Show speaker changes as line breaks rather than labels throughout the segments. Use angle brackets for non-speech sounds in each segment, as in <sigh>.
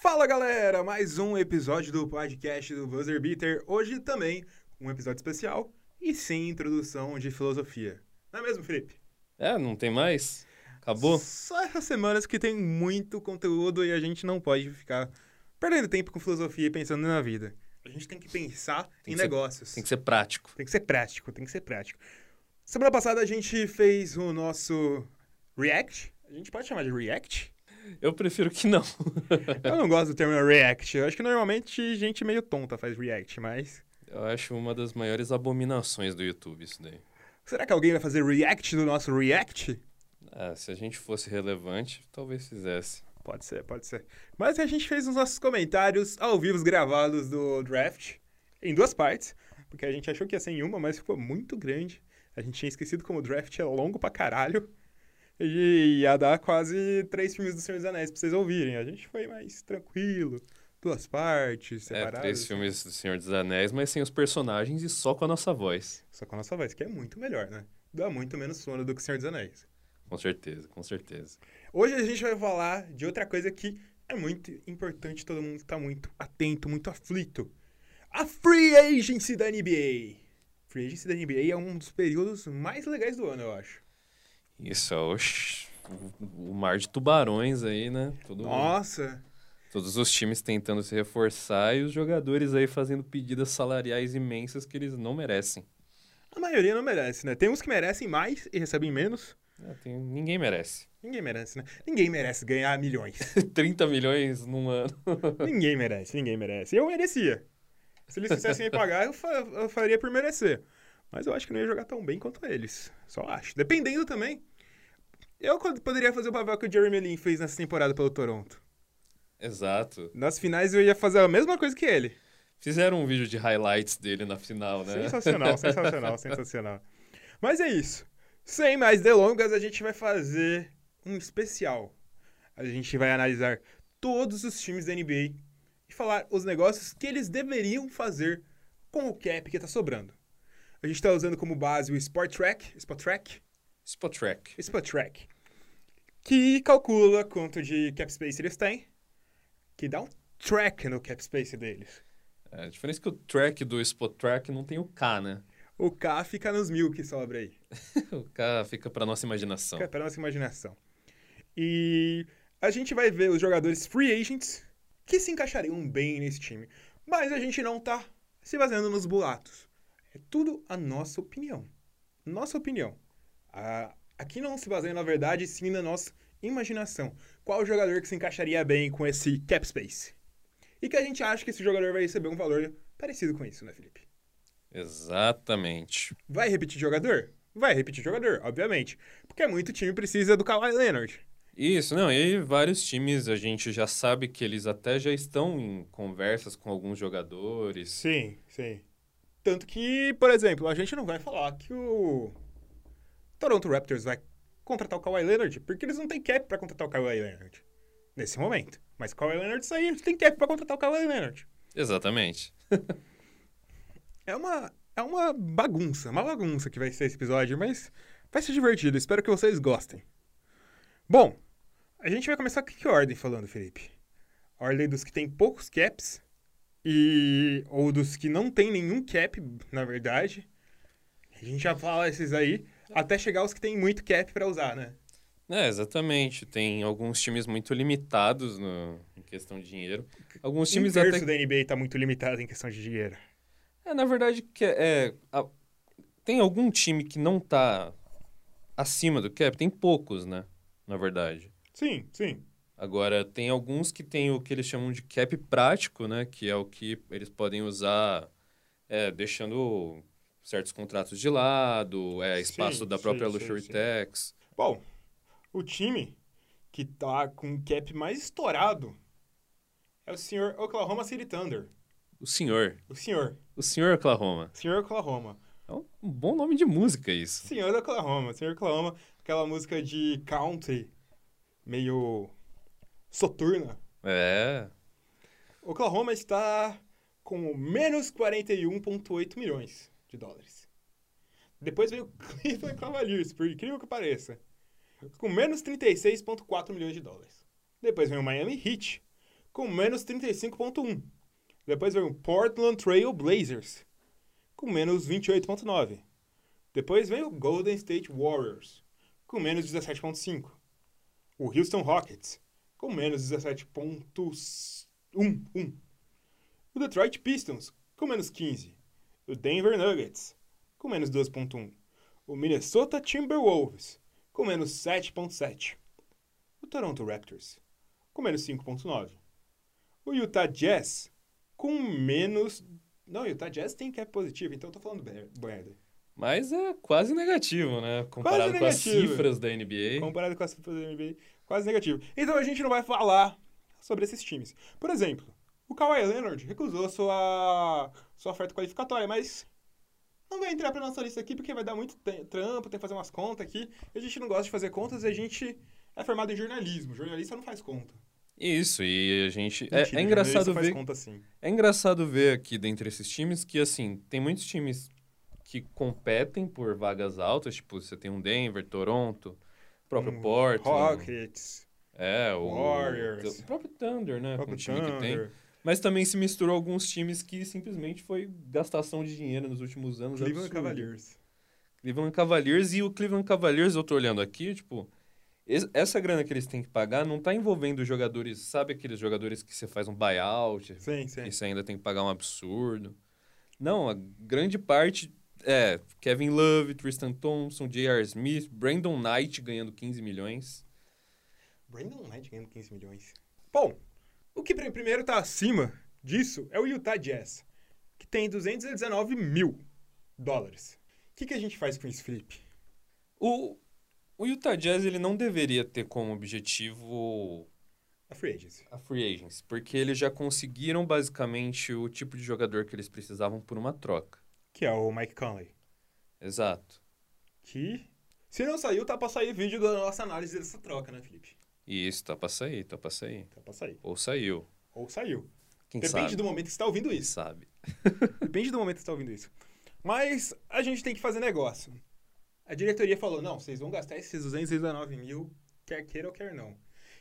Fala galera, mais um episódio do podcast do Buzzer Beater. Hoje também um episódio especial e sem introdução de filosofia. Não é mesmo, Felipe?
É, não tem mais? Acabou?
Só essas semanas que tem muito conteúdo e a gente não pode ficar perdendo tempo com filosofia e pensando na vida. A gente tem que pensar
Tem
em
que ser-
negócios.
Tem que ser prático.
Tem que ser prático, tem que ser prático. Semana passada a gente fez o nosso React. A gente pode chamar de React?
Eu prefiro que não. É.
Eu não gosto do termo React. Eu acho que normalmente gente meio tonta faz React, mas.
<laughs> Eu acho uma das maiores abominações do YouTube isso daí.
Será que alguém vai fazer React do nosso React?
Ah, se a gente fosse relevante, talvez fizesse.
Pode ser, pode ser. Mas a gente fez os nossos comentários ao vivo gravados do draft, em duas partes, porque a gente achou que ia ser em uma, mas ficou muito grande. A gente tinha esquecido como o draft é longo pra caralho. E ia dar quase três filmes do Senhor dos Anéis pra vocês ouvirem. A gente foi mais tranquilo, duas partes,
É,
separadas.
três filmes do Senhor dos Anéis, mas sem os personagens e só com a nossa voz.
Só com a nossa voz, que é muito melhor, né? Dá muito menos sono do que o Senhor dos Anéis.
Com certeza, com certeza.
Hoje a gente vai falar de outra coisa que é muito importante todo mundo estar muito atento, muito aflito. A Free Agency da NBA. Free Agency da NBA é um dos períodos mais legais do ano, eu acho.
Isso é o, o mar de tubarões aí, né? Todo-
Nossa,
todos os times tentando se reforçar e os jogadores aí fazendo pedidas salariais imensas que eles não merecem.
a maioria não merece, né? Tem uns que merecem mais e recebem menos.
É, tem- ninguém merece.
Ninguém merece, né? Ninguém merece ganhar milhões.
30 milhões num ano.
ninguém merece, ninguém merece. Eu merecia. Se eles quisessem me pagar, eu, fa- eu faria por merecer. Mas eu acho que não ia jogar tão bem quanto eles. Só acho. Dependendo também. Eu co- poderia fazer o papel que o Jeremy Lin fez nessa temporada pelo Toronto.
<laughs> Exato.
Nas finais eu ia fazer a mesma coisa que ele.
Fizeram um vídeo de highlights dele na final, né? <laughs>
Sensacional, sensacional, sensacional. Mas é isso. Sem mais delongas, a gente vai fazer um especial. A gente vai analisar todos os times da NBA e falar os negócios que eles deveriam fazer com o cap que tá sobrando. A gente tá usando como base o Sport Track, Spot Track,
Spot Track.
Spot Track, que calcula quanto de cap space eles têm, que dá um track no cap space deles.
É, a diferença é que o track do Spot Track não tem o K, né? <laughs>
O K fica nos mil que sobra aí.
O K fica pra nossa imaginação.
Fica para é nossa imaginação. E a gente vai ver os jogadores free agents que se encaixariam bem nesse time. Mas a gente não tá se baseando nos boatos. É tudo a nossa opinião. Nossa opinião. A- aqui não se baseia na verdade, sim na nossa imaginação. Qual jogador que se encaixaria bem com esse cap space? E que a gente acha que esse jogador vai receber um valor parecido com isso, né, Felipe?
Exatamente.
Vai repetir jogador? Vai repetir jogador, obviamente. Porque muito time precisa do Kawhi Leonard.
Isso, não, e aí vários times a gente já sabe que eles até já estão em conversas com alguns jogadores.
Sim, sim. Tanto que, por exemplo, a gente não vai falar que o Toronto Raptors vai contratar o Kawhi Leonard, porque eles não têm cap pra contratar o Kawhi Leonard nesse momento. Mas o Kawhi Leonard sair, eles têm cap pra contratar o Kawhi Leonard.
Exatamente.
É uma é uma bagunça, uma bagunça que vai ser esse episódio, mas vai ser divertido. Espero que vocês gostem. Bom, a gente vai começar com que ordem falando, Felipe? A ordem dos que tem poucos caps e ou dos que não tem nenhum cap, na verdade. A gente já fala esses aí até chegar aos que tem muito cap pra usar, né?
É, exatamente. Tem alguns times muito limitados no, em questão de dinheiro. Alguns times
um
até
terço da NBA tá muito limitado em questão de dinheiro.
É, na verdade, que é, a- tem algum time que não tá acima do cap? Tem poucos, né? Na verdade.
Sim, sim.
Agora, tem alguns que tem o que eles chamam de cap prático, né? Que é o que eles podem usar, é, deixando certos contratos de lado, é,
Sim,
espaço da
sim,
própria
sim,
Luxury
sim.
Tax.
Bom, o time que tá com o cap mais estourado é o senhor Oklahoma City Thunder.
O senhor.
O senhor.
O senhor Oklahoma.
Senhor Oklahoma.
É um bom nome de música isso.
Senhor Oklahoma. Senhor Oklahoma. Aquela música de country meio soturna.
É.
Oklahoma está com menos 41,8 milhões de dólares. Depois veio <laughs> o Cleveland Cavaliers, por incrível que pareça, com menos 36,4 milhões de dólares. Depois veio o Miami Heat, com menos 35,1. Depois vem o Portland Trail Blazers, com menos 28,9. Depois vem o Golden State Warriors, com menos 17,5. O Houston Rockets, com menos 17,1. um. O Detroit Pistons, com menos 15. O Denver Nuggets, com menos 2,1. O Minnesota Timberwolves, com menos 7,7. O Toronto Raptors, com menos 5,9. O Utah Jazz, com menos. Não, o Utah Jazz tem cap positivo, então eu tô falando ber- merda.
Mas é quase negativo, né? Comparado com as
negativo.
cifras da NBA.
Comparado com as cifras da NBA, quase negativo. Então a gente não vai falar sobre esses times. Por exemplo, o Kawhi Leonard recusou sua, sua oferta qualificatória, mas não vai entrar pra nossa lista aqui porque vai dar muito te- trampo, tem que fazer umas contas aqui. E a gente não gosta de fazer contas e a gente é formado em jornalismo. Jornalista não faz conta.
Isso, e a gente. é-
Mentira,
é engraçado
jornalista né? faz
ver
conta sim.
É engraçado ver aqui dentre esses times que, assim, tem muitos times que competem por vagas altas, tipo, você tem um Denver, Toronto, o próprio
Um
Portland.
Rockets,
É, o.
Warriors.
O próprio Thunder, né? com
próprio
o time que tem.
Thunder,
Mas também se misturou alguns times que simplesmente foi gastação de dinheiro nos últimos anos.
Cleveland
absurdo.
Cavaliers.
Cleveland Cavaliers e o Cleveland Cavaliers, eu tô olhando aqui, tipo, es- essa grana que eles têm que pagar não tá envolvendo jogadores, sabe aqueles jogadores que você faz um buyout,
Sim, sim.
isso ainda tem que pagar um absurdo. Não, a grande parte é Kevin Love, Tristan Thompson, J.R. Smith, Brandon Knight ganhando 15 milhões.
Brandon Knight ganhando 15 milhões. Bom, o que pri- primeiro tá acima disso é o Utah Jazz, que tem 219 mil dólares. O que, que a gente faz com isso, Felipe?
O, o Utah Jazz ele não deveria ter como objetivo
A É free agency.
a free agents, porque eles já conseguiram basicamente o tipo de jogador que eles precisavam por uma troca.
Que é o Mike Conley.
Exato.
Que, se não saiu, tá pra sair vídeo da nossa análise dessa troca, né, Felipe?
E isso, tá pra sair, tá pra sair.
Tá pra sair.
Ou saiu.
Ou saiu.
Quem
Depende
sabe?
do momento que você tá ouvindo
Quem
isso.
sabe?
Depende do momento que você tá ouvindo isso. Mas a gente tem que fazer negócio. A diretoria falou, não, vocês vão gastar esses 219 mil, quer queira ou quer não.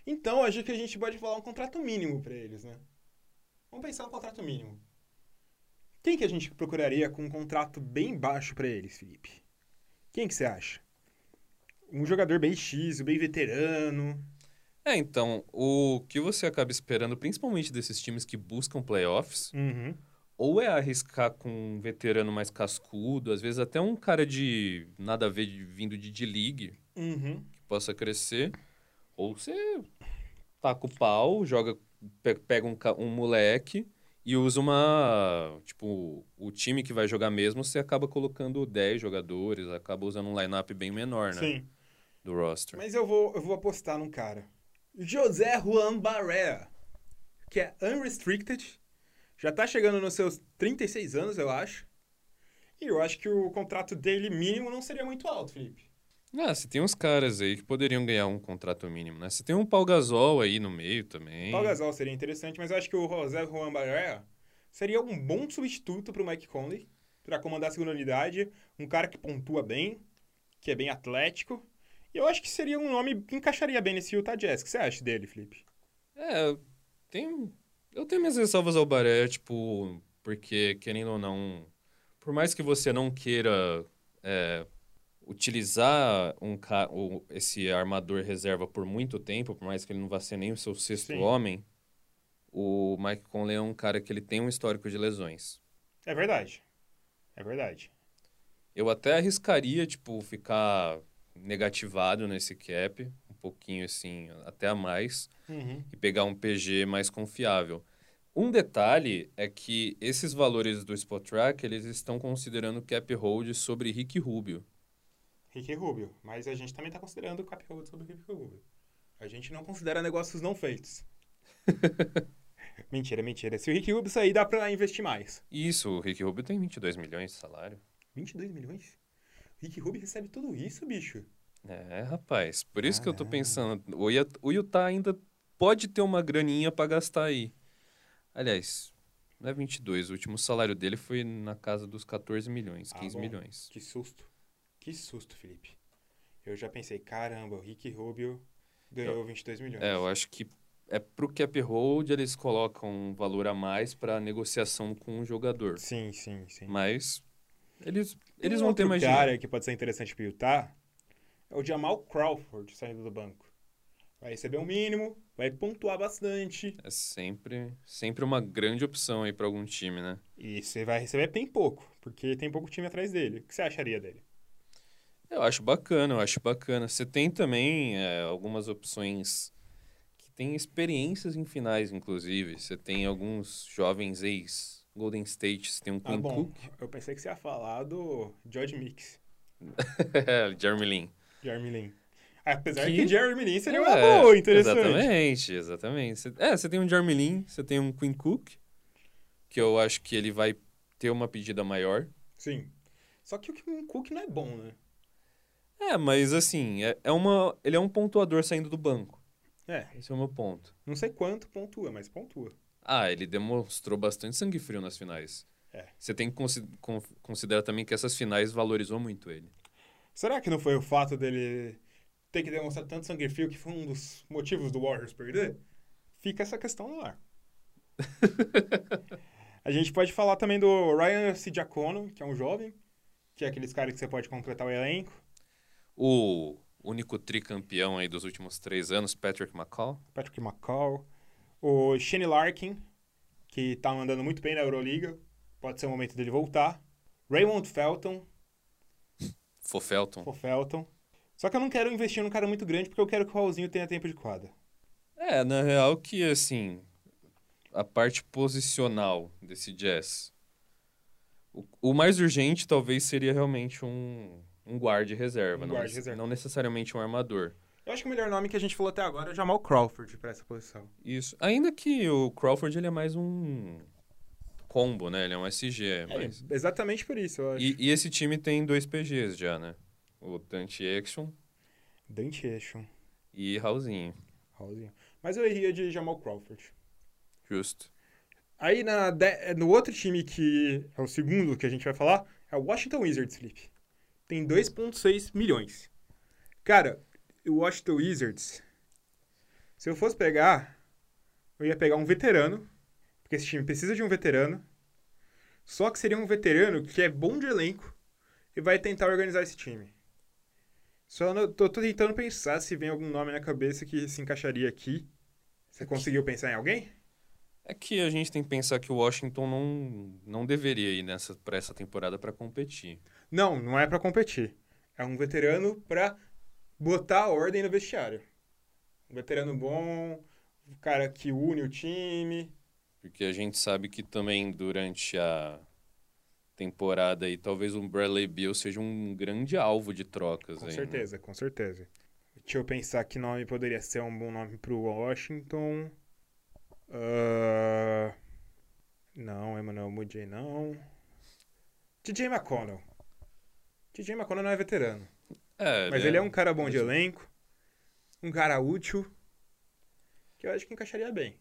Então, acho que a gente pode falar um contrato mínimo pra eles, né? Vamos pensar um contrato mínimo. Quem que a gente procuraria com um contrato bem baixo pra eles, Felipe? Quem que você acha? Um jogador bem X, bem veterano.
É, então, o que você acaba esperando, principalmente desses times que buscam playoffs,
Uhum.
ou é arriscar com um veterano mais cascudo, às vezes até um cara de nada a ver de- vindo de D-League,
Uhum.
que possa crescer, ou você taca o pau, joga, pe- pega um, ca- um moleque e usa uma, tipo, o time que vai jogar mesmo, você acaba colocando 10 jogadores, acaba usando um lineup bem menor, né,
Sim.
do roster.
Mas eu vou, eu vou apostar num cara. José Juan Barrea, que é unrestricted, já tá chegando nos seus 36 anos, eu acho. E eu acho que o contrato dele mínimo não seria muito alto, Felipe.
Ah, você tem uns caras aí que poderiam ganhar um contrato mínimo, né? Você tem um Paul Gasol aí no meio também.
Paul Gasol seria interessante, mas eu acho que o José Juan Barrea seria um bom substituto pro Mike Conley pra comandar a segunda unidade, um cara que pontua bem, que é bem atlético. E eu acho que seria um nome que encaixaria bem nesse Utah Jazz. O que você acha dele, Felipe?
É, tem... eu tenho minhas ressalvas ao Baré, tipo, porque, querendo ou não, por mais que você não queira é, utilizar um ca... o- esse armador reserva por muito tempo, por mais que ele não vá ser nem o seu sexto
Sim.
homem, o Mike Conley é um cara que ele tem um histórico de lesões.
É verdade. É verdade.
Eu até arriscaria, tipo, ficar negativado nesse cap, um pouquinho assim, até a mais,
Uhum.
e pegar um PG mais confiável. Um detalhe é que esses valores do Spot Track, eles estão considerando cap hold sobre Rick Rubio.
Ricky Rubio. Mas a gente também está considerando o cap hold sobre o Ricky Rubio. A gente não considera negócios não <laughs> feitos. mentira, mentira. Se o Ricky Rubio sair, dá para investir mais.
Isso, o Rick Rubio tem 22 milhões de salário.
22 milhões? O Ricky Rubio recebe tudo isso, bicho.
É, rapaz, por isso que eu tô
Caramba.
pensando, o Ia- o Utah ainda pode ter uma graninha pra gastar aí. Aliás, não é 22, o último salário dele foi na casa dos 14 milhões,
Ah,
15
bom.
milhões.
Que susto. Que susto, Felipe. Eu já pensei, caramba, o Ricky Rubio ganhou 22 milhões.
É, eu acho que é pro cap hold eles colocam um valor a mais pra negociação com o jogador.
Sim, sim, sim.
Mas eles,
Tem
eles
um
vão ter
outro
mais
cara
dinheiro.
que pode ser interessante pro Utah é o Jamal Crawford saindo do banco. Vai receber um mínimo, vai pontuar bastante.
É sempre, sempre uma grande opção aí pra algum time, né?
E você vai receber bem pouco, porque tem pouco time atrás dele. O que você acharia dele?
Eu acho bacana, eu acho bacana. Você tem também é, algumas opções que têm experiências em finais, inclusive. Você tem alguns jovens ex-Golden State, você tem um
Ah,
Quinn
bom,
Cook,
eu pensei que você ia falar do George Mix,
<laughs> Jeremy Lin.
Jeremy Lin. Apesar que,
Que-
Jeremy Lin seria uma
É,
boa, interessante.
Exatamente, exatamente. Você- é, você tem um Jeremy Lin, você tem um Quinn Cook, que eu acho que ele vai ter uma pedida maior.
Sim. Só que o Kim Cook não é bom, né?
É, mas assim, é, é uma, ele é um pontuador saindo do banco.
É.
Esse é o meu ponto.
Não sei quanto pontua, mas pontua.
Ah, ele demonstrou bastante sangue frio nas finais.
É.
Você tem que consi- con- considerar também que essas finais valorizou muito ele.
Será que não foi o fato dele ter que demonstrar tanto sangue frio que foi um dos motivos do Warriors perder? Fica essa questão no ar. A gente pode falar também do Ryan Sidiacono, que é um jovem, que é aqueles caras que você pode completar o elenco.
O único tricampeão aí dos últimos três anos, Patrick McCall.
Patrick McCall, o Shane Larkin, que tá andando muito bem na Euroliga, pode ser o momento dele voltar. Raymond Felton,
Fofelton.
o Felton. Só que eu não quero investir num cara muito grande porque eu quero que o Raulzinho tenha tempo de quadra.
É, na real que, assim, a parte posicional desse jazz. O, o mais urgente talvez seria realmente um, um guarde reserva,
Um
não,
guarda
nece-
reserva.
não necessariamente um armador.
Eu acho que o melhor nome que a gente falou até agora é o Jamal Crawford pra essa posição.
Isso. Ainda que o Crawford ele é mais um combo, né? Ele é um SG, mas...
exatamente por isso, eu acho.
E, e esse time tem dois PGs já, né? O Dante Action
Dante Echon,
e Raulzinho.
Raulzinho. Mas eu iria de Jamal Crawford.
Justo.
Aí na de- no outro time que é o segundo que a gente vai falar, é o Washington Wizards, Felipe. Tem 2,6 milhões. Cara, o Washington Wizards, se eu fosse pegar, eu ia pegar um veterano, porque esse time precisa de um veterano. Só que seria um veterano que é bom de elenco e vai tentar organizar esse time. Só não, tô, tô tentando pensar se vem algum nome na cabeça que se encaixaria aqui. Você conseguiu pensar em alguém?
É que a gente tem que pensar que o Washington não, não deveria ir nessa, pra essa temporada pra competir.
Não, não é pra competir. É um veterano pra botar a ordem no vestiário. Um veterano bom, um cara que une o time.
Porque a gente sabe que também durante a temporada aí, talvez o Bradley Beal seja um grande alvo de trocas
Com
aí, né?
certeza, com certeza. Deixa eu pensar que nome poderia ser um bom nome pro Washington. Ah, Não, Emmanuel Mudiay não. TJ McConnell. TJ McConnell não é veterano.
É,
Mas ele é um cara bom de
Mas-
elenco, um cara útil, que eu acho que encaixaria bem.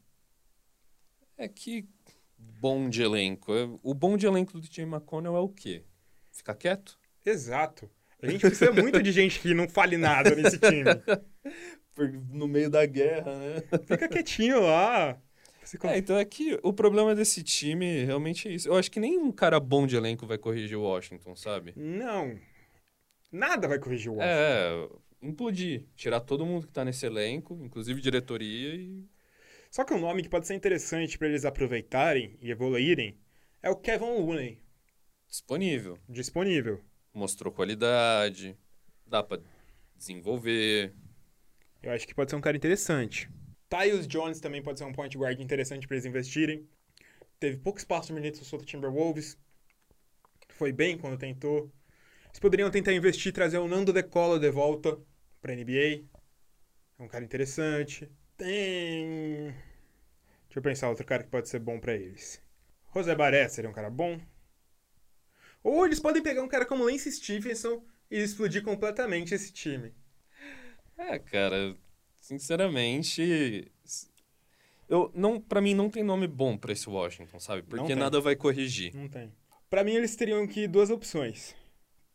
É que bom de elenco. É- O bom de elenco do TJ McConnell é o quê? Ficar quieto?
Exato. A gente precisa muito de gente que não fale nada nesse time.
No meio da guerra, né?
Fica quietinho lá. Você con-
É, então é que o problema desse time realmente é isso. Eu acho que nem um cara bom de elenco vai corrigir o Washington, sabe?
Não. Nada vai corrigir o Washington.
É, implodir. Tirar todo mundo que tá nesse elenco, inclusive diretoria e.
Só que um nome que pode ser interessante pra eles aproveitarem e evoluírem é o Kevin Looney,
disponível.
disponível.
Mostrou qualidade, dá pra desenvolver.
Eu acho que pode ser um cara interessante. Tyus Jones também pode ser um point guard interessante pra eles investirem. Teve pouco espaço no minutos sobre o Timberwolves. Foi bem quando tentou. Eles poderiam tentar investir e trazer o Nando Decola de volta pra NBA. É um cara interessante. Tem. Deixa eu pensar outro cara que pode ser bom pra eles. José Baré seria um cara bom. Ou eles podem pegar um cara como Lance Stevenson e explodir completamente esse time.
É, cara, sinceramente. s- Eu, não, pra mim não tem nome bom pra esse Washington, sabe? Porque
tem.
nada vai corrigir.
Não tem. Pra mim, eles teriam que duas opções.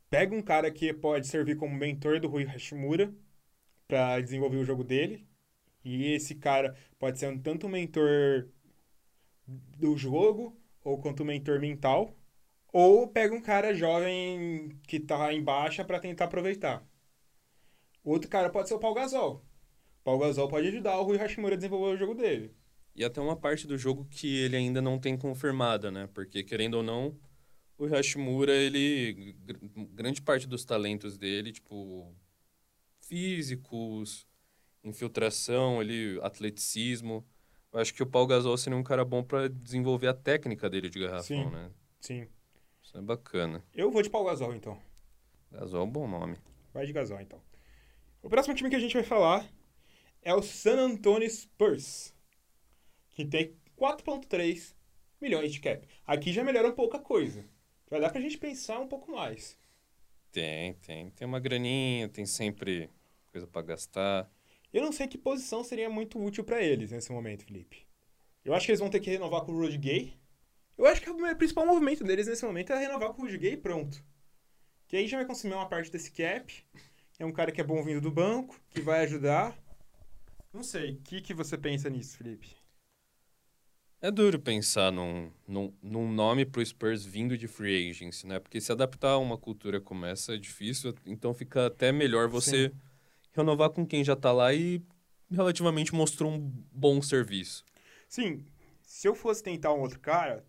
Pega um cara que pode servir como mentor do Rui Hashimura pra desenvolver o jogo dele E esse cara pode ser um- tanto um mentor do jogo, ou quanto um mentor mental, ou pega um cara jovem que tá em baixa pra tentar aproveitar. Outro cara pode ser o Paul Gasol. O Paul Gasol pode ajudar o Rui Hashimura a desenvolver o jogo dele.
E até uma parte do jogo que ele ainda não tem confirmada, né? Porque, querendo ou não, o Hashimura, ele. gr- Grande parte dos talentos dele, tipo. Físicos, infiltração, ele, atleticismo. Eu acho que o Paul Gasol seria um cara bom pra desenvolver a técnica dele de garrafão,
Sim.
né?
Sim.
Isso é bacana.
Eu vou de Paul Gasol, então.
Gasol é um bom nome.
Vai de Gasol, então. O próximo time que a gente vai falar é o San Antonio Spurs, que tem 4,3 milhões de cap. Aqui já melhora um pouco a coisa. Já dá pra gente pensar um pouco mais.
Tem, tem. Tem uma graninha, tem sempre coisa pra gastar.
Eu não sei que posição seria muito útil pra eles nesse momento, Felipe. Eu acho que eles vão ter que renovar com o Rudy Gay. Eu acho que é o principal movimento deles nesse momento é renovar com o Rudy Gay e pronto. Que aí já vai consumir uma parte desse cap. É um cara que é bom vindo do banco, que vai ajudar. Não sei, o que, que você pensa nisso, Felipe?
É duro pensar num, num, num nome pro Spurs vindo de free agency, né? Porque se adaptar a uma cultura como essa é difícil, então fica até melhor você renovar com quem já tá lá e relativamente mostrou um bom serviço.
Sim, se eu fosse tentar um outro cara,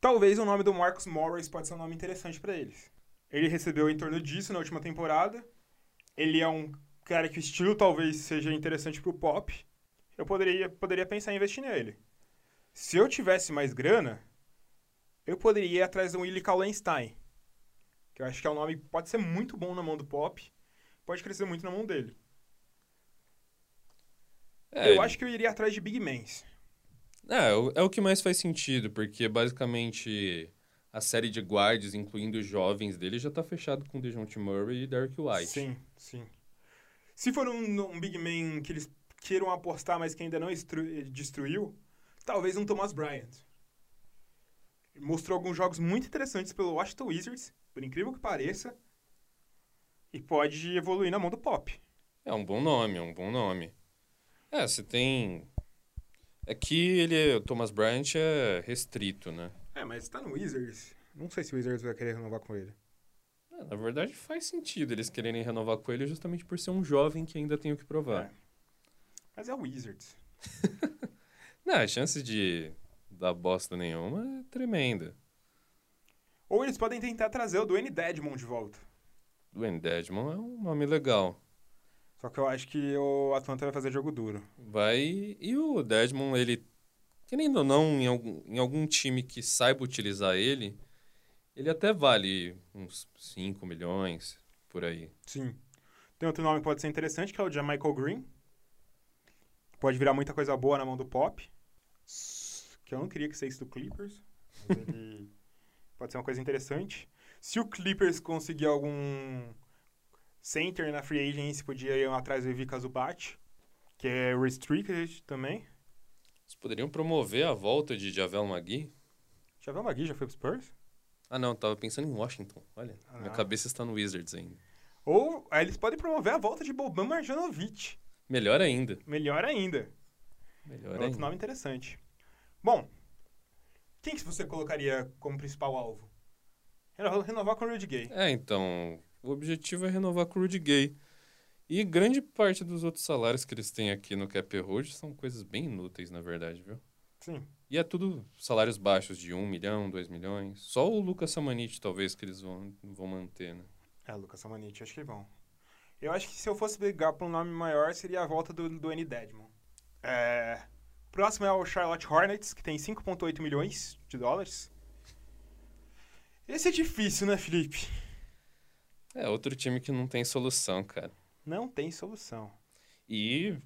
talvez o nome do Marcus Morris pode ser um nome interessante pra eles. Ele recebeu em torno disso na última temporada. Ele é um cara que o estilo talvez seja interessante pro pop. Eu poderia, poderia pensar em investir nele. Se eu tivesse mais grana, eu poderia ir atrás do Willy Kallenstein. Que eu acho que é um nome que pode ser muito bom na mão do pop. Pode crescer muito na mão dele.
É,
Eu acho que eu iria atrás de Big Mans.
é, o- é o que mais faz sentido, porque basicamente a série de guards, incluindo os jovens dele, já tá fechado com DeJounte Murray e Derrick White.
Sim, sim. Se for um, um Big Man que eles queiram apostar, mas que ainda não estru- destruiu, talvez um Thomas Bryant. Mostrou alguns jogos muito interessantes pelo Washington Wizards, por incrível que pareça, e pode evoluir na mão do Pop.
É um bom nome, é um bom nome. É, você tem. É que ele, o Thomas Bryant é restrito, né?
É, mas tá no Wizards. Não sei se o Wizards vai querer renovar com ele.
É, na verdade, faz sentido eles quererem renovar com ele justamente por ser um jovem que ainda tem o que provar.
É. Mas é o Wizards.
Não, a chance de dar bosta nenhuma é tremenda.
Ou eles podem tentar trazer o Dwayne Dedmon de volta.
Dwayne Dedmon é um nome legal.
Só que eu acho que o Atlanta vai fazer jogo duro.
Vai. E o Dedmon, ele, querendo ou não, em algum, em algum time que saiba utilizar ele, ele até vale uns 5 milhões por aí.
Sim. Tem outro nome que pode ser interessante, que é o de Michael Green. Pode virar muita coisa boa na mão do Pop. Que eu não queria que saísse do Clippers. Mas ele pode ser uma coisa interessante. Se o Clippers conseguir algum center na free agency, podia ir atrás do Ivica Zubat, que é restricted também.
Eles poderiam promover a volta de Javel Magui?
Já viu o Magui? Já foi pro Spurs?
Ah, não, tava pensando em Washington. Olha,
Ah,
minha
não.
cabeça está no Wizards ainda.
Ou aí eles podem promover a volta de Boban Marjanovic.
Melhor ainda.
Melhor ainda. É
Melhor
outro
ainda.
nome interessante. Bom, quem que você colocaria como principal alvo? Reno- Renovar com o Rudy Gay.
É, então, o objetivo é renovar com o Rudy Gay. E grande parte dos outros salários que eles têm aqui no Cap Road são coisas bem inúteis, na verdade, viu?
Sim.
E é tudo salários baixos de 1 milhão, 2 milhões. Só o Lucas Samanit, talvez, que eles vão, vão manter, né?
É, Lucas Samanit, acho que vão. Eu acho que se eu fosse brigar por um nome maior, seria a volta do, do N. Deadman. É... Próximo é o Charlotte Hornets, que tem 5,8 milhões de dólares. Esse é difícil, né, Felipe?
É, outro time que não tem solução, cara.
Não tem solução.
E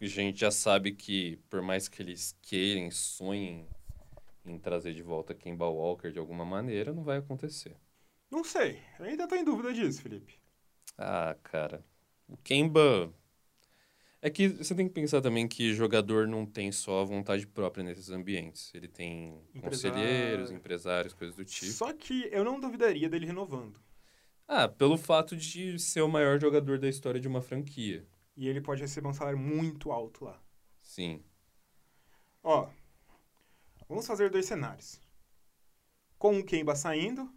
a gente já sabe que, por mais que eles queiram, sonhem em trazer de volta Kemba Walker de alguma maneira, não vai acontecer.
Não sei. Eu ainda tô em dúvida disso, Felipe.
Ah, cara. O Kemba. É que você tem que pensar também que jogador não tem só a vontade própria nesses ambientes. Ele tem conselheiros,
Empresário.
empresários, coisas do tipo.
Só que eu não duvidaria dele renovando.
Ah, pelo fato de ser o maior jogador da história de uma franquia.
E ele pode receber um salário muito alto lá.
Sim.
Ó, vamos fazer dois cenários. Com o Kemba saindo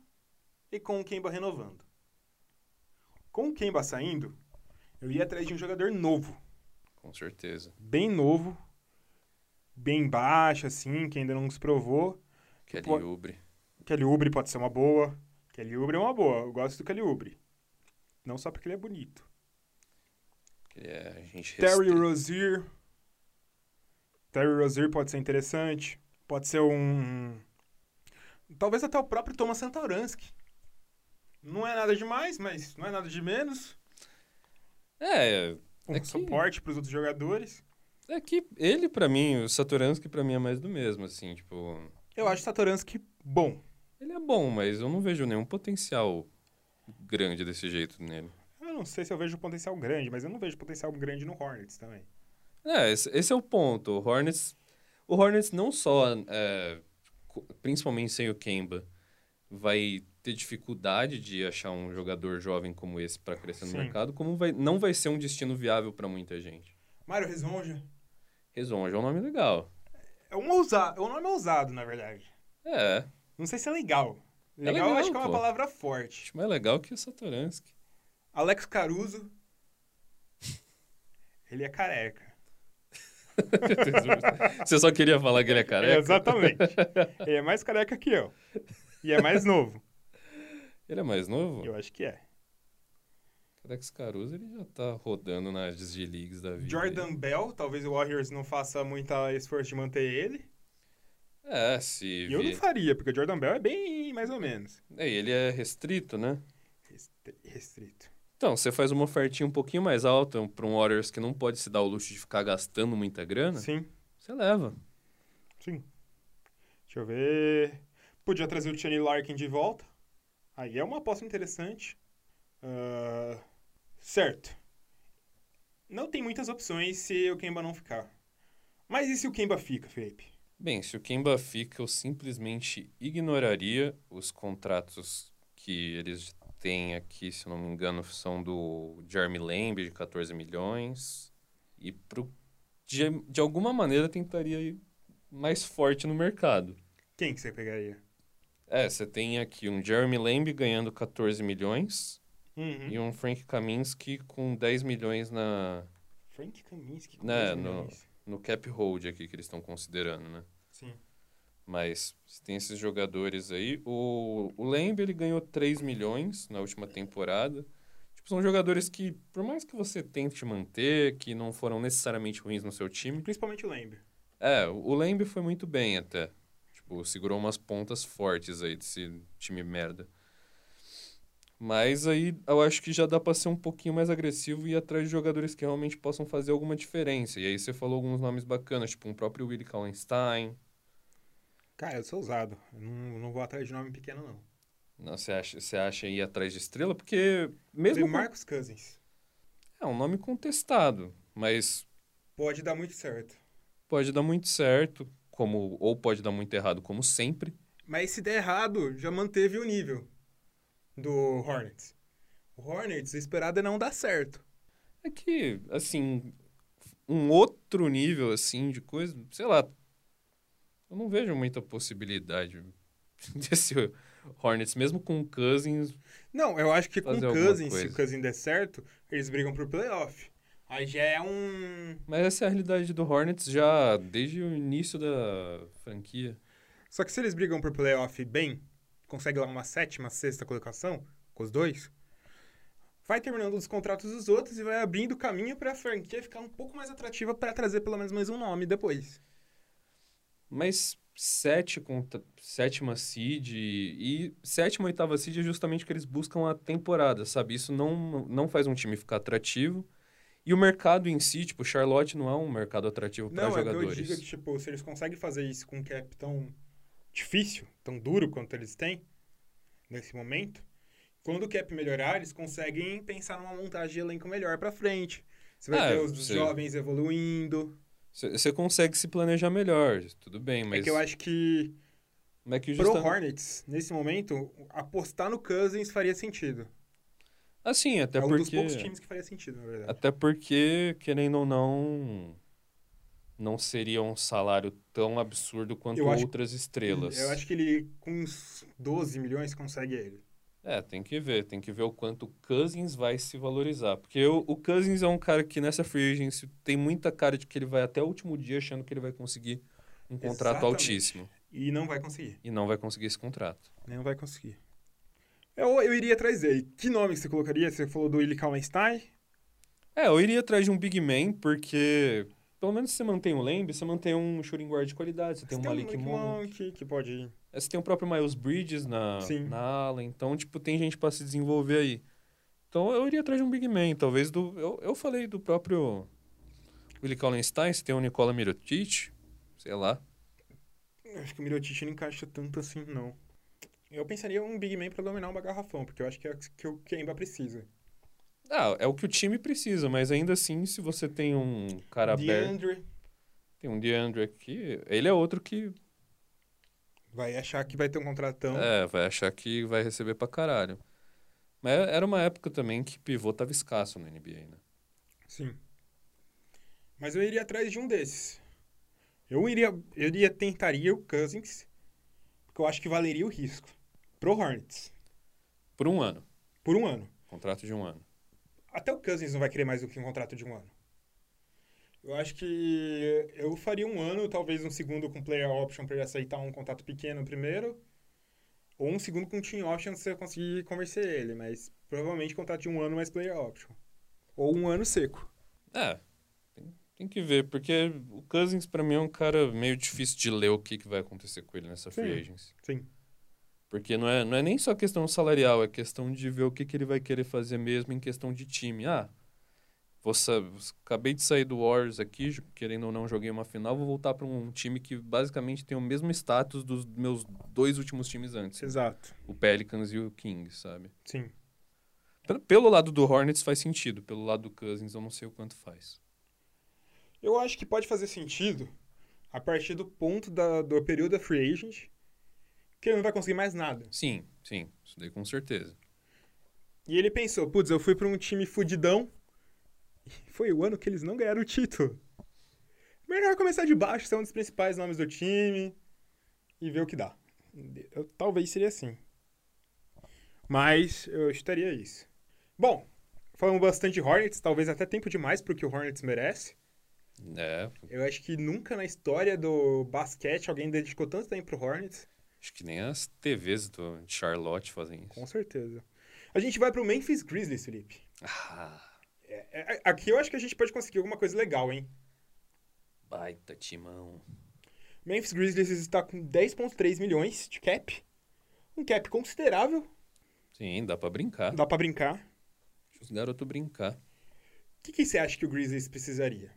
e com o Kemba renovando. Com o Kemba saindo, eu ia atrás de um jogador novo,
Com certeza.
bem novo, bem baixo, assim, que ainda não se provou.
Kelly
Pô-
Oubre.
Kelly Oubre pode ser uma boa. Kelly Oubre é uma boa. Eu gosto do Kelly Oubre. Não só porque ele é bonito.
que ele é a gente
Terry
respeita.
Rozier. Terry Rozier pode ser interessante. Pode ser um... Talvez até o próprio Thomas Santoransky. Não é nada demais, mas não é nada de menos.
É,
Um
É que-
suporte para os outros jogadores.
é que ele pra mim, o Satoransky pra mim é mais do mesmo, assim, tipo...
Eu acho Santoransky bom.
Ele é bom, mas eu não vejo nenhum potencial grande desse jeito nele.
Eu não sei se eu vejo potencial grande, mas eu não vejo potencial grande no Hornets também.
É, esse, esse é o ponto. O Hornets, o Hornets não só, é, co- principalmente sem o Kemba, vai ter dificuldade de achar um jogador jovem como esse pra crescer no
Sim.
mercado, como vai, não vai ser um destino viável pra muita gente.
Mário Rezonja
Rezonja é um nome legal.
é um ousado, é um nome ousado, na verdade.
É,
Não sei se é legal.
É
Legal, eu
legal,
acho que é uma
pô.
palavra forte.
acho mais legal que o Satoransky. <laughs>
Alex Caruso. ele é careca.
Você só queria falar que ele é
É,
careca?
exatamente. ele é mais careca que eu. E é mais novo.
Ele é mais novo?
Eu acho que é.
Alex Caruso, ele já tá rodando nas G-Leagues da vida.
Jordan Bell, talvez o Warriors não faça muito esforço de manter ele.
É, se.
E eu não
vi-
faria, porque o Jordan Bell é bem mais ou menos.
É, e ele é restrito, né?
Restri- Restrito.
Então, você faz uma ofertinha um pouquinho mais alta pra um Warriors que não pode se dar o luxo de ficar gastando muita grana,
Sim,
você leva.
sim. Deixa eu ver. Podia trazer o Channing Larkin de volta. Aí é uma aposta interessante. Ah, certo. Não tem muitas opções se o Kemba não ficar. Mas e se o Kemba fica, Felipe?
Bem, se o Kemba fica, eu simplesmente ignoraria os contratos que eles têm aqui, se eu não me engano, são do Jeremy Lamb, de 14 milhões. E pro... de, de alguma maneira tentaria ir mais forte no mercado.
Quem que você pegaria?
É, você tem aqui um Jeremy Lamb ganhando 14 milhões
Uhum.
e um Frank Kaminsky com 10 milhões na,
Frank Kaminsky. com
Né,
10
no-
milhões.
no cap hold aqui que eles estão considerando, né?
Sim.
Mas você tem esses jogadores aí. O, o Lamb, ele ganhou 3 milhões na última temporada. Tipo, são jogadores que, por mais que você tente manter, que não foram necessariamente ruins no seu time...
Principalmente o Lamb.
É, o Lamb foi muito bem até. Tipo, segurou umas pontas fortes aí desse time merda. Mas aí eu acho que já dá pra ser um pouquinho mais agressivo e ir atrás de jogadores que realmente possam fazer alguma diferença. E aí você falou alguns nomes bacanas, tipo um próprio Willie Kallenstein.
Cara, eu sou ousado. Eu não, não vou atrás de nome pequeno, não.
Não, Você acha, você acha ir atrás de estrela? Porque mesmo.
De
com-
Marcos Cousins.
É um nome contestado, mas
Pode dar muito certo.
pode dar muito certo, como ou pode dar muito errado, como sempre.
Mas se der errado, já manteve o nível do Hornets. O Hornets, o esperado é não dar certo.
É que, assim, um outro nível, assim, de coisa, sei lá, eu não vejo muita possibilidade <laughs> desse Hornets, mesmo com o Cousins,
Não, eu acho que com
Fazer
o
alguma
Cousins, se
coisa.
o Cousins der certo, eles brigam pro playoff. Aí já é um.
mas essa é a realidade do Hornets já desde o início da franquia.
Só que se eles brigam pro playoff bem, consegue lá uma sétima, sexta colocação, com os dois, vai terminando os contratos dos outros e vai abrindo caminho pra franquia ficar um pouco mais atrativa pra trazer pelo menos mais um nome depois.
Mas sete contra sétima seed e sétima e oitava seed é justamente o que eles buscam a temporada, sabe? Isso não, não faz um time ficar atrativo. E o mercado em si, tipo, Charlotte não é um mercado atrativo para
Não, é que eu
jogadores.
digo que, tipo, se eles conseguem fazer isso com um cap tão difícil, tão duro quanto eles têm nesse momento, quando o cap melhorar, eles conseguem pensar numa montagem de elenco melhor pra frente. Você vai
É,
ter os
sim.
jovens evoluindo.
Você consegue se planejar melhor, tudo bem, mas.
É que eu acho que
mas é que
pro
justa-
Hornets, nesse momento, apostar no Cousins faria sentido.
Assim, até
é um dos
porque.
poucos times né? que faria sentido, na verdade.
Até porque, querendo ou não, não seria um salário tão absurdo quanto
Eu acho-
outras estrelas.
Eu acho que ele, com uns 12 milhões, consegue ele.
É, tem que ver, tem que ver o quanto o Cousins vai se valorizar. Porque o, o Cousins é um cara que nessa free agency tem muita cara de que ele vai até o último dia achando que ele vai conseguir um contrato
Exatamente.
altíssimo.
E não vai conseguir.
E não vai conseguir esse contrato.
Não vai conseguir. Eu, eu iria atrás dele. Que nome que você colocaria? Você falou do Illy Kallenstein?
É, eu iria atrás de um Big Man, porque pelo menos você mantém o Lembe, você mantém um shooting guard de qualidade, você tem um
Você
Malik Monk.
Monk, que pode ir.
É, Você tem o próprio Miles Bridges na,
Sim.
na ala, então, tipo, tem gente pra se desenvolver aí. Então, eu iria atrás de um Big Man, talvez do... Eu, eu falei do próprio Willie Kallenstein, você tem o Nicola Mirotic, sei lá.
Acho que o Mirotic não encaixa tanto assim, não. Eu pensaria um Big Man pra dominar uma garrafão, porque eu acho que é o que o Kemba precisa.
Ah, é o que o time precisa, mas ainda assim, se você tem um cara aberto...
DeAndre
Tem um DeAndre aqui, ele é outro que
vai achar que vai ter um contratão.
é, vai achar que vai receber pra caralho. Mas era uma época também que pivô tava escasso na NBA, né?
Sim. Mas eu iria atrás de um desses. Eu iria, eu iria tentaria o Cousins, porque eu acho que valeria o risco. Pro Hornets,
Por um ano,
por um ano.
contrato de um ano.
Até o Cousins não vai querer mais do que um contrato de um ano. Eu acho que eu faria um ano, talvez um segundo com player option pra ele aceitar um contrato pequeno primeiro, ou um segundo com team option se eu conseguir convencer ele, mas provavelmente contrato de um ano mais player option. Ou um ano seco.
É, tem, tem que ver, porque o Cousins pra mim é um cara meio difícil de ler o que, que vai acontecer com ele nessa free
Sim.
agency.
Sim.
Porque não é, não é nem só questão salarial, é questão de ver o que, que ele vai querer fazer mesmo em questão de time. Ah, vou, sa- acabei de sair do Warriors aqui, jo- querendo ou não, joguei uma final, vou voltar pra um time que basicamente tem o mesmo status dos meus dois últimos times antes.
Exato.
O Pelicans e o Kings, sabe?
Sim.
Pe- Pelo lado do Hornets faz sentido, pelo lado do Cousins eu não sei o quanto faz.
Eu acho que pode fazer sentido a partir do ponto da- do período da free agent, que ele não vai conseguir mais nada.
Sim, sim, isso daí com certeza.
E ele pensou, putz, eu fui pra um time fudidão, e foi o ano que eles não ganharam o título. Melhor começar de baixo, ser um dos principais nomes do time e ver o que dá. Eu- talvez seria assim. Mas eu estaria isso. Bom, falamos bastante de Hornets, talvez até tempo demais pro que o Hornets merece.
É,
Eu acho que nunca na história do basquete alguém dedicou tanto tempo pro Hornets.
acho que nem as TVs do de Charlotte fazem isso.
Com certeza. A gente vai pro Memphis Grizzlies, Felipe.
Ah,
É, é, aqui eu acho que a gente pode conseguir alguma coisa legal, hein?
baita timão.
Memphis Grizzlies está com 10,3 milhões de cap. Um cap considerável,
Sim, dá pra brincar.
dá pra brincar.
Deixa os garotos brincar.
O que, que você acha que o Grizzlies precisaria?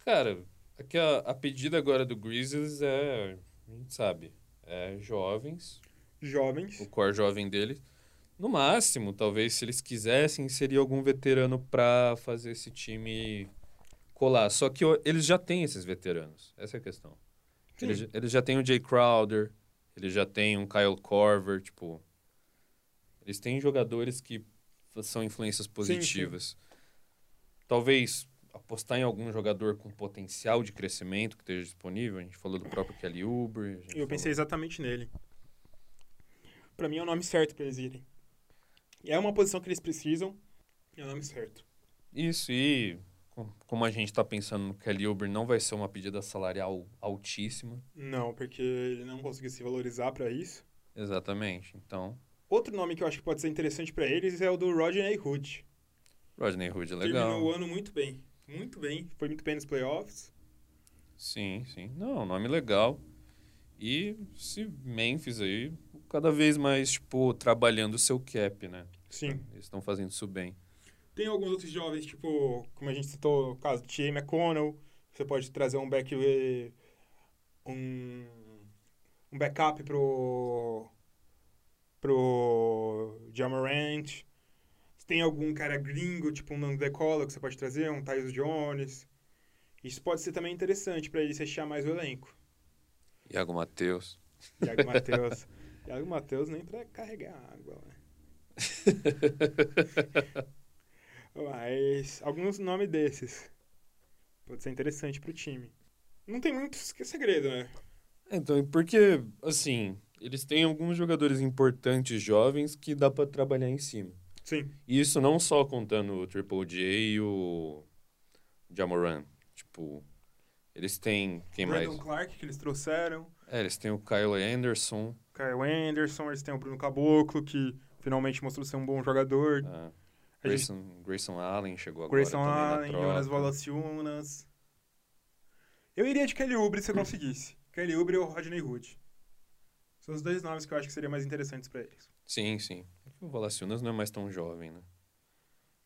Cara, aqui a, a pedida agora do Grizzlies é, a gente sabe, é jovens, o
Jovens.
core jovem deles. No máximo, talvez, se eles quisessem, seria algum veterano pra fazer esse time colar. Só que ó, eles já têm esses veteranos. Essa é a questão.
Sim.
Eles, eles já têm o Jay Crowder, eles já têm um Kyle Corver, tipo... Eles têm jogadores que f- são influências positivas. Talvez apostar em algum jogador com potencial de crescimento que esteja disponível. A gente falou do próprio Kelly Oubre. a gente
Eu
falou-
pensei exatamente nele. Pra mim é o nome certo pra eles irem. É uma posição que eles precisam. É o nome certo.
Isso, e com- como a gente está pensando no Kelly Oubre, não vai ser uma pedida salarial altíssima.
Não, porque ele não conseguiu se valorizar pra isso.
Exatamente. Então,
Outro nome que eu acho que pode ser interessante pra eles é o do Rodney Hood.
Rodney Hood é
Terminou o
legal.
ano muito bem. Muito bem. Foi muito bem nos playoffs.
Sim, sim. Não, um nome legal. E se Memphis aí, cada vez mais, tipo, trabalhando o seu cap, né?
Sim.
Eles estão fazendo isso bem.
Tem alguns outros jovens, tipo, como a gente citou, o caso de T.A. McConnell. Você pode trazer um back... eh, Um, um backup pro... Pro... Jamarant. Tem algum cara gringo, tipo um Nando Decola, que você pode trazer, um Tyus Jones. Isso pode ser também interessante pra eles rechear mais o elenco.
Iago Matheus.
Iago Matheus. Iago Matheus nem pra carregar água, né? Mas alguns nomes desses. Pode ser interessante pro time. Não tem muito que é segredo, né?
Então, e porque, assim, eles têm alguns jogadores importantes jovens que dá pra trabalhar em cima.
Sim.
E isso não só contando o Triple J e o Jamoran. Tipo, eles têm. Quem
Brandon
mais?
Clark, que eles trouxeram.
É, eles têm o Kyle Anderson.
Kyle Anderson, eles têm o Bruno Caboclo, que finalmente mostrou ser um bom jogador. A
ah,
gente-
Grayson, Grayson Allen chegou agora.
Grayson
também na
Allen, Jonas
troca.
Valanciunas. Eu iria de Kelly Oubre se
<clears throat>
eu conseguisse. Kelly Oubre ou Rodney Hood. São os dois nomes que eu acho que seriam mais interessantes pra eles.
Sim, sim. É que o Valaciunas não é mais tão jovem, né?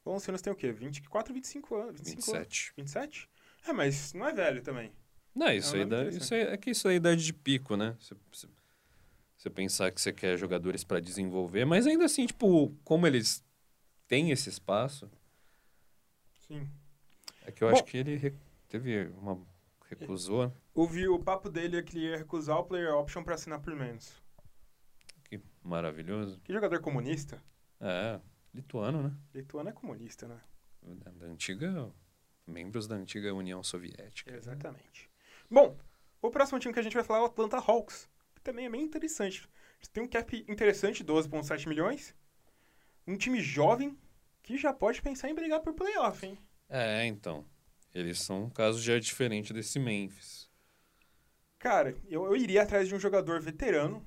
Valanciunas tem o quê? 24, 25 anos? 25 Anos.
27.
27? É, mas não é velho também.
Não,
É
isso
um
aí
nome
dá,
interessante.
isso aí, é que isso aí é idade de pico, né? Você, você- você pensar que você quer jogadores pra desenvolver, mas ainda assim, tipo, como eles têm esse espaço,
Sim.
é que eu
Bom.
acho que ele re- teve uma recusou.
Ouvi o papo dele é que ele ia recusar o player option pra assinar por menos.
Que maravilhoso.
Que jogador comunista?
É, lituano, né?
Lituano é comunista, né?
Da, da antiga membros da antiga União Soviética. né?
Exatamente. Bom, o próximo time que a gente vai falar é o Atlanta Hawks, que também é bem interessante. Eles têm um cap interessante, 12,7 milhões. Um time jovem que já pode pensar em brigar por playoff, hein?
É, então. Eles são um caso já diferente desse Memphis.
Cara, eu, eu iria atrás de um jogador veterano,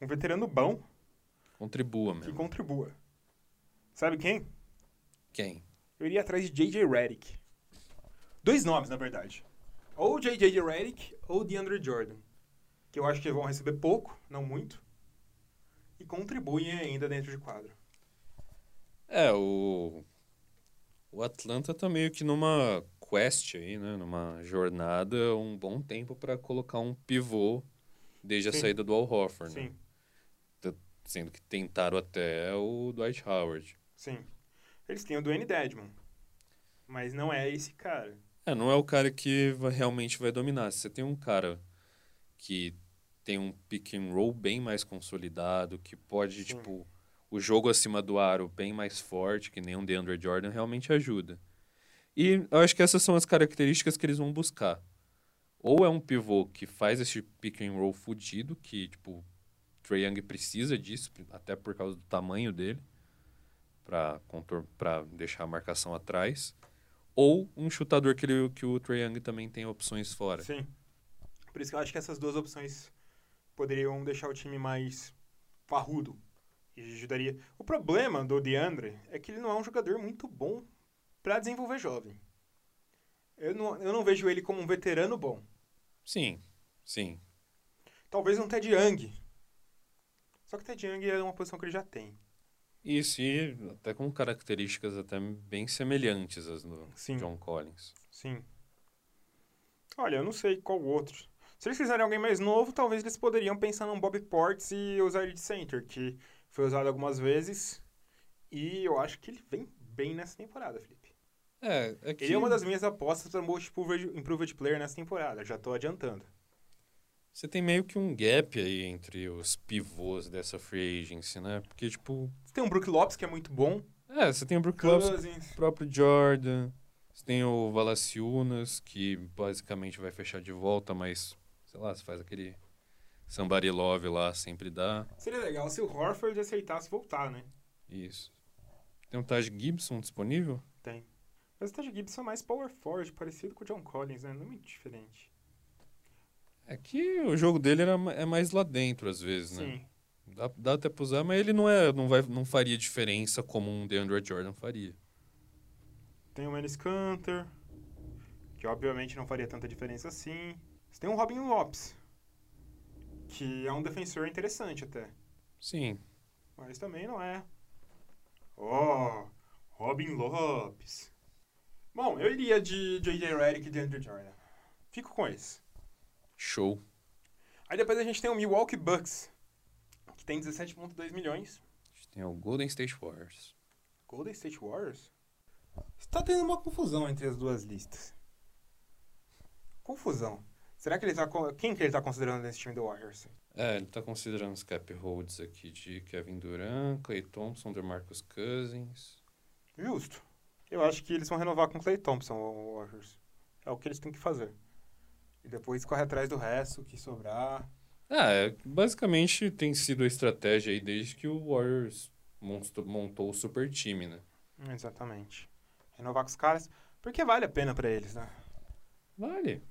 um veterano bom,
Contribua
que
mesmo.
contribua. Sabe quem?
Quem?
Eu iria atrás de J.J. Redick. Dois nomes, na verdade. Ou J.J. Redick ou DeAndre Jordan. Que eu acho que vão receber pouco, não muito. E contribuem ainda dentro de quadro.
É, o. O Atlanta tá meio que numa quest aí, né? Numa jornada, um bom tempo pra colocar um pivô desde
Sim.
a saída do Al Horford, né?
Sim,
Sendo que tentaram até o Dwight Howard.
sim. Eles têm o Dwayne Dedman. Mas não é esse cara.
É, não é o cara que va- realmente vai dominar. Se você tem um cara que tem um pick and roll bem mais consolidado, que pode,
Sim.
tipo, o jogo acima do aro bem mais forte, que nem um DeAndre Jordan, realmente ajuda. E eu acho que essas são as características que eles vão buscar. Ou é um pivô que faz esse pick and roll fudido, que, tipo, o Trae Young precisa disso, até por causa do tamanho dele, pra, contor- pra deixar a marcação atrás ou um chutador que, ele, que o Trae Young também tem opções fora.
Sim. Por isso que eu acho que essas duas opções poderiam deixar o time mais parrudo. E ajudaria. O problema do DeAndre é que ele não é um jogador muito bom pra desenvolver jovem. Eu não, eu não vejo ele como um veterano bom.
Sim, sim.
Talvez um Ted Young. Só que o Ted Young é uma posição que ele já tem.
Isso, e até com características até bem semelhantes às do
Sim.
John Collins.
Sim. Olha, eu não sei qual outro. Se eles fizerem alguém mais novo, talvez eles poderiam pensar num Bob Ports e usar ele de center, que foi usado algumas vezes. E eu acho que ele vem bem nessa temporada, Felipe.
É, é que
Ele é uma das minhas apostas para Most Improved Improved Player nessa temporada, já tô adiantando.
você tem meio que um gap aí entre os pivôs dessa free agency, né? Porque, tipo,
Tem um Brook Lopes, que é muito bom.
é, você tem o Brook Lopes,
Cousins.
o próprio Jordan, você tem o Valaciunas, que basicamente vai fechar de volta, mas, sei lá, você faz aquele somebody love lá, sempre dá.
Seria legal se o Horford aceitasse voltar, né?
Isso. Tem um Taj Gibson disponível?
Tem. Mas o Ted Gibson é mais power forward, parecido com o John Collins, né? Não é muito diferente.
É que o jogo dele era, ma- é mais lá dentro, às vezes, né?
Sim.
Dá, dá até pra usar, mas ele não, é, não, vai, não faria diferença como um DeAndre Jordan faria.
Tem o Manis Cantor, que obviamente não faria tanta diferença assim. Você tem o Robin Lopes, que é um defensor interessante até,
Sim.
mas também não é. Oh, Robin Lopes. Bom, eu iria de J.J. Redick e DeAndre Jordan. Fico com esse.
Show.
Aí depois a gente tem o Milwaukee Bucks, que tem 17,2 milhões.
A gente Tem o Golden State Warriors.
Golden State Warriors? tá Está tendo uma confusão entre as duas listas. Confusão. Será que ele tá. con- Quem que ele tá considerando nesse time do Warriors?
É, ele tá considerando os cap holds aqui de Kevin Durant, Clay Thompson, DeMarcus Cousins.
Justo. Eu acho que eles vão renovar com o Clay Thompson, o Warriors. É o que eles têm que fazer. E depois corre atrás do resto, que sobrar.
Ah, é, basicamente tem sido a estratégia aí desde que o Warriors monstro- montou o super time, né?
Exatamente. Renovar com os caras, porque vale a pena pra eles, né?
Vale.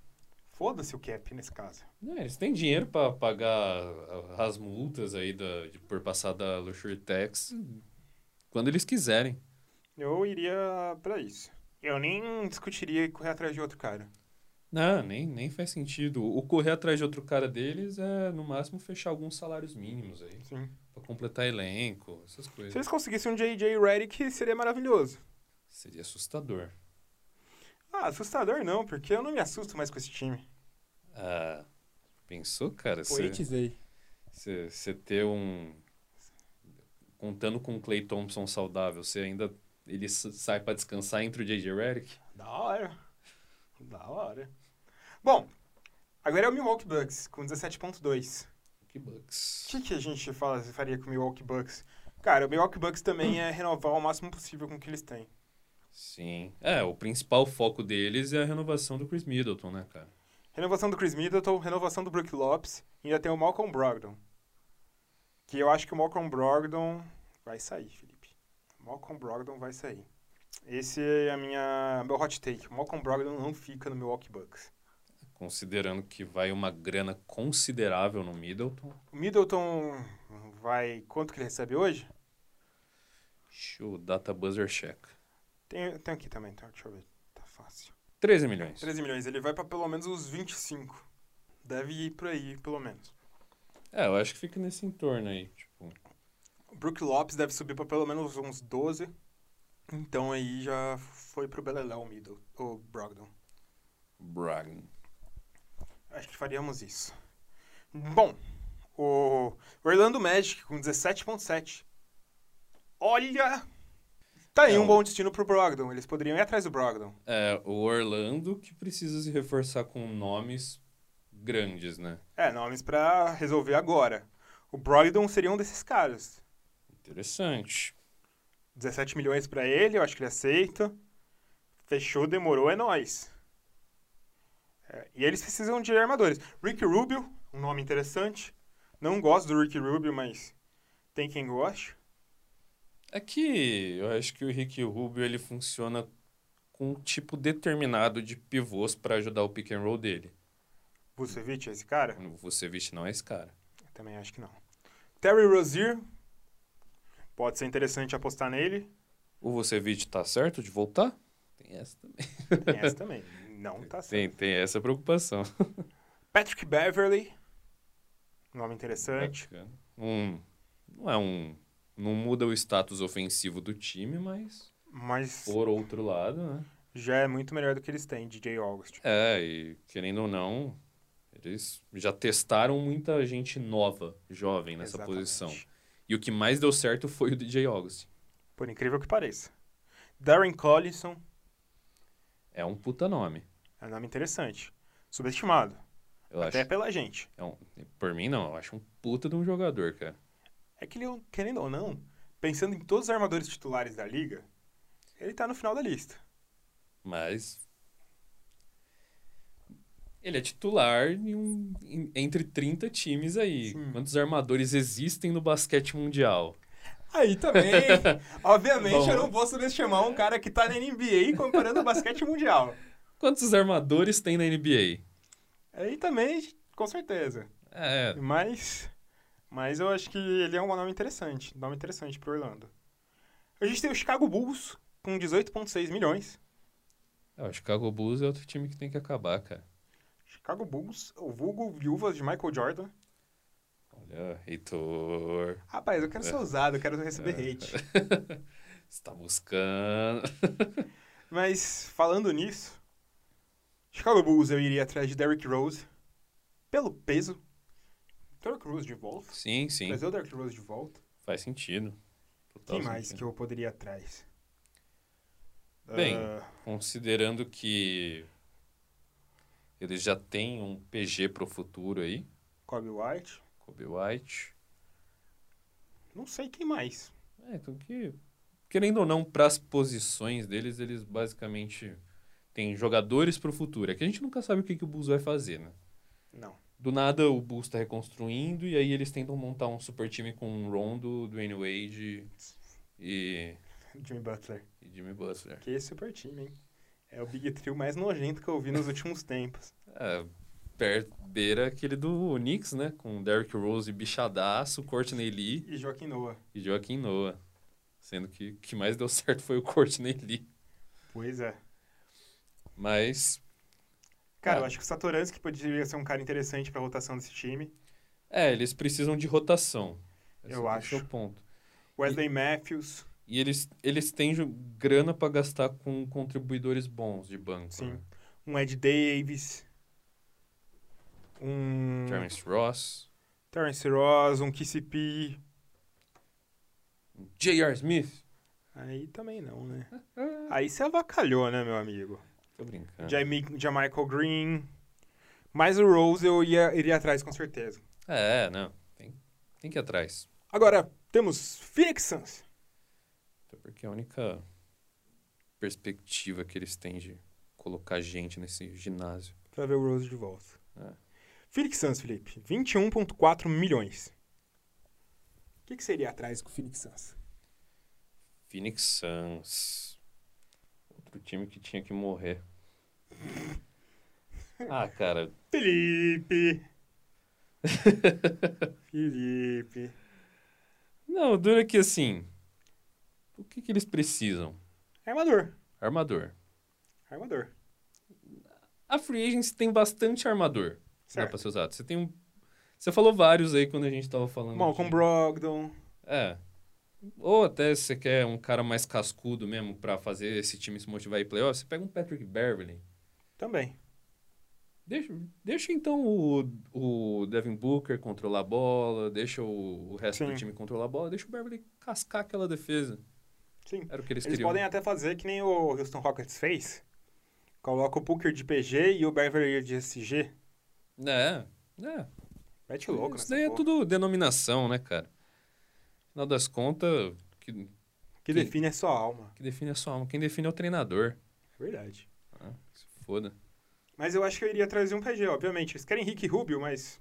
Foda-se o cap nesse caso.
Né, eles têm dinheiro pra pagar a- as multas aí da, de- por passar da Luxury Tax quando eles quiserem.
Eu iria pra isso. Eu nem discutiria correr atrás de outro cara.
Não, nem, nem faz sentido. O correr atrás de outro cara deles é, no máximo, fechar alguns salários mínimos aí.
Sim.
Pra completar elenco, essas
Se
coisas.
eles conseguissem um JJ Redick, seria maravilhoso.
Seria assustador.
Ah, assustador não, porque eu não me assusto mais com esse time.
Ah, pensou, cara? Você-
Poetizei.
Você você ter um. Contando com o Clay Thompson saudável, você ainda. Ele s- sai pra descansar entre o JJ Redick?
Da hora. Da hora. Bom, agora é o Milwaukee Bucks, com 17.2.
Que
O
bugs.
que, que a gente fala, faria com o Milwaukee Bucks? Cara, o Milwaukee Bucks também é renovar o máximo possível com o que eles têm.
Sim. É, o principal foco deles é a renovação do Chris Middleton, né, cara?
Renovação do Chris Middleton, renovação do Brook Lopes, e ainda tem o Malcolm Brogdon. Que eu acho que o Malcolm Brogdon vai sair, Felipe. Malcolm Brogdon vai sair. Esse é a minha meu hot take. O Malcolm Brogdon não fica no Milwaukee Bucks.
Considerando que vai uma grana considerável no Middleton.
O Middleton vai quanto que ele recebe hoje?
Deixa eu data buzzer check.
Tem, tem aqui também, então, deixa eu ver. Tá fácil.
13 milhões.
13 milhões, ele vai pra pelo menos uns 25. Deve ir por aí, pelo menos.
É, eu acho que fica nesse entorno aí. Tipo,
O Brook Lopes deve subir pra pelo menos uns 12. Então aí já foi pro Beleléu o Middle, o Brogdon.
Bragg.
Acho que faríamos isso. Bom, o Orlando Magic com 17.7. Olha! Tá aí
É
um
um-
bom destino pro Brogdon. Eles poderiam ir atrás do Brogdon.
É, o Orlando que precisa se reforçar com nomes grandes, né?
É, nomes pra resolver agora. O Brogdon seria um desses caras.
Interessante.
17 milhões pra ele, eu acho que ele aceita. Fechou, demorou, é nóis. É, e eles precisam de armadores. Rick Rubio, um nome interessante. Não gosto do Rick Rubio, mas tem quem goste.
É que eu acho que o Rick Rubio ele funciona com um tipo determinado de pivôs pra ajudar o pick and roll dele.
Vucevic é esse cara?
O Vucevic não é esse cara.
Eu também acho que não. Terry Rozier, pode ser interessante apostar nele.
O Vucevic tá certo de voltar? Tem essa também.
Tem essa também. Não tá certo.
Tem, tem essa <laughs> preocupação.
Patrick Beverly, nome interessante.
Bacana. Um, não é um... Não muda o status ofensivo do time, mas
Mas
por outro lado, né?
já é muito melhor do que eles têm, DJ August.
É, e querendo ou não, eles já testaram muita gente nova, jovem nessa
Exatamente.
posição. E o que mais deu certo foi o DJ August.
Por incrível que pareça. Darren Collison
É um puta nome.
é um nome interessante. Subestimado.
Eu
até
acho.
pela gente.
É um, por mim, não. Eu acho um puta de um jogador, cara.
É que ele, querendo ou não, pensando em todos os armadores titulares da liga, ele tá no final da lista.
Mas. Ele é titular em um- em- entre 30 times aí.
Sim.
Quantos armadores existem no basquete mundial?
Aí <laughs> também, obviamente,
Bom.
eu não vou subestimar um cara que tá na NBA comparando o basquete mundial.
Quantos armadores tem na NBA?
Aí também, com certeza.
É,
Mas, mas eu acho que ele é um nome interessante. Nome interessante pro Orlando. A gente tem o Chicago Bulls com 18,6 milhões.
é, o Chicago Bulls é outro time que tem que acabar, cara.
Chicago Bulls, o vulgo viúvas de Michael Jordan.
Olha, Heitor.
Rapaz, eu
É.
quero ser ousado, eu quero receber hate.
Você tá buscando. <laughs>
Mas, falando nisso, Chicago Bulls eu iria atrás de Derrick Rose pelo peso. Derrick Rose de volta.
Sim, sim.
Trazer o Derrick Rose de volta.
Faz sentido. Total
Quem mais
sentido.
que eu poderia ir atrás?
Bem,
Ah,
Considerando que Eles já têm um PG pro futuro aí.
Kobe White.
Kobe White.
Não sei quem mais.
É, então que. Querendo ou não, para as posições deles, eles basicamente têm jogadores pro futuro. É que a gente nunca sabe o que, que o Bulls vai fazer, né?
Não. <laughs>
Do nada o Bulls tá reconstruindo e aí eles tentam montar um super time com Rondo, Dwayne Wade e,
Jimmy Butler.
e Jimmy Butler.
Que super time, hein? É o Big Trio mais nojento que eu vi nos últimos tempos.
É, per- beira aquele do Knicks, né? Com Derrick Rose bichadaço, Courtney Lee
E Joaquim Noah.
e Joaquim Noah. Sendo que o que mais deu certo foi o Courtney Lee.
Pois é.
Mas,
Cara,
Ah.
eu acho que o Satoransky poderia ser um cara interessante pra rotação desse time.
é, eles precisam de rotação.
Eu
é o
acho.
seu ponto.
Wesley Matthews.
E eles, eles têm ju- grana pra gastar com contribuidores bons de banco.
Sim.
Né?
Um Ed Davis. Um.
Terrence Ross,
Terence Ross, um KCP.
J.R. Smith.
Aí também não, né? Aí você avacalhou, né, meu amigo?
Tô brincando.
Jamie, Jamichael Green. Mas o Rose eu ia, iria atrás com certeza.
É, não. Tem, tem que ir atrás.
Agora, temos Phoenix Suns.
Até porque é a única perspectiva que eles têm de colocar gente nesse ginásio.
Pra ver o Rose de volta.
É.
Phoenix Suns, Felipe. 21,4 milhões. O que, que seria atrás com o Phoenix Suns?
Phoenix Suns. Outro time que tinha que morrer. Ah, cara. <laughs>
Felipe! Felipe.
Não, dura que assim. O que, que eles precisam?
Armador.
Armador.
Armador.
A Free Agents tem bastante armador. que Dá
Certo.
pra ser usado. Você tem um. Você falou vários aí quando a gente tava falando.
Malcolm
de-
Brogdon.
É. Ou até se você quer um cara mais cascudo mesmo pra fazer esse time se motivar e playoff, você pega um Patrick Beverly.
Também.
Deixa, deixa então o, o Devin Booker controlar a bola, deixa o, o resto
Sim.
do time controlar a bola, deixa o Beverly cascar aquela defesa.
Sim.
Era o que eles,
Eles
queriam.
podem até fazer que nem o Houston Rockets fez. Coloca o Booker de PG e o Beverly de SG.
É, é.
Mete louco
Isso
nessa
daí é
porra.
tudo denominação, né, cara? Afinal das contas, o que, o
que
que-
define é só a alma. é
que define é só alma. Quem define é o treinador.
Verdade.
Ah, se foda.
Mas eu acho que eu iria trazer um PG, obviamente. Eles querem Rick Rubio, mas...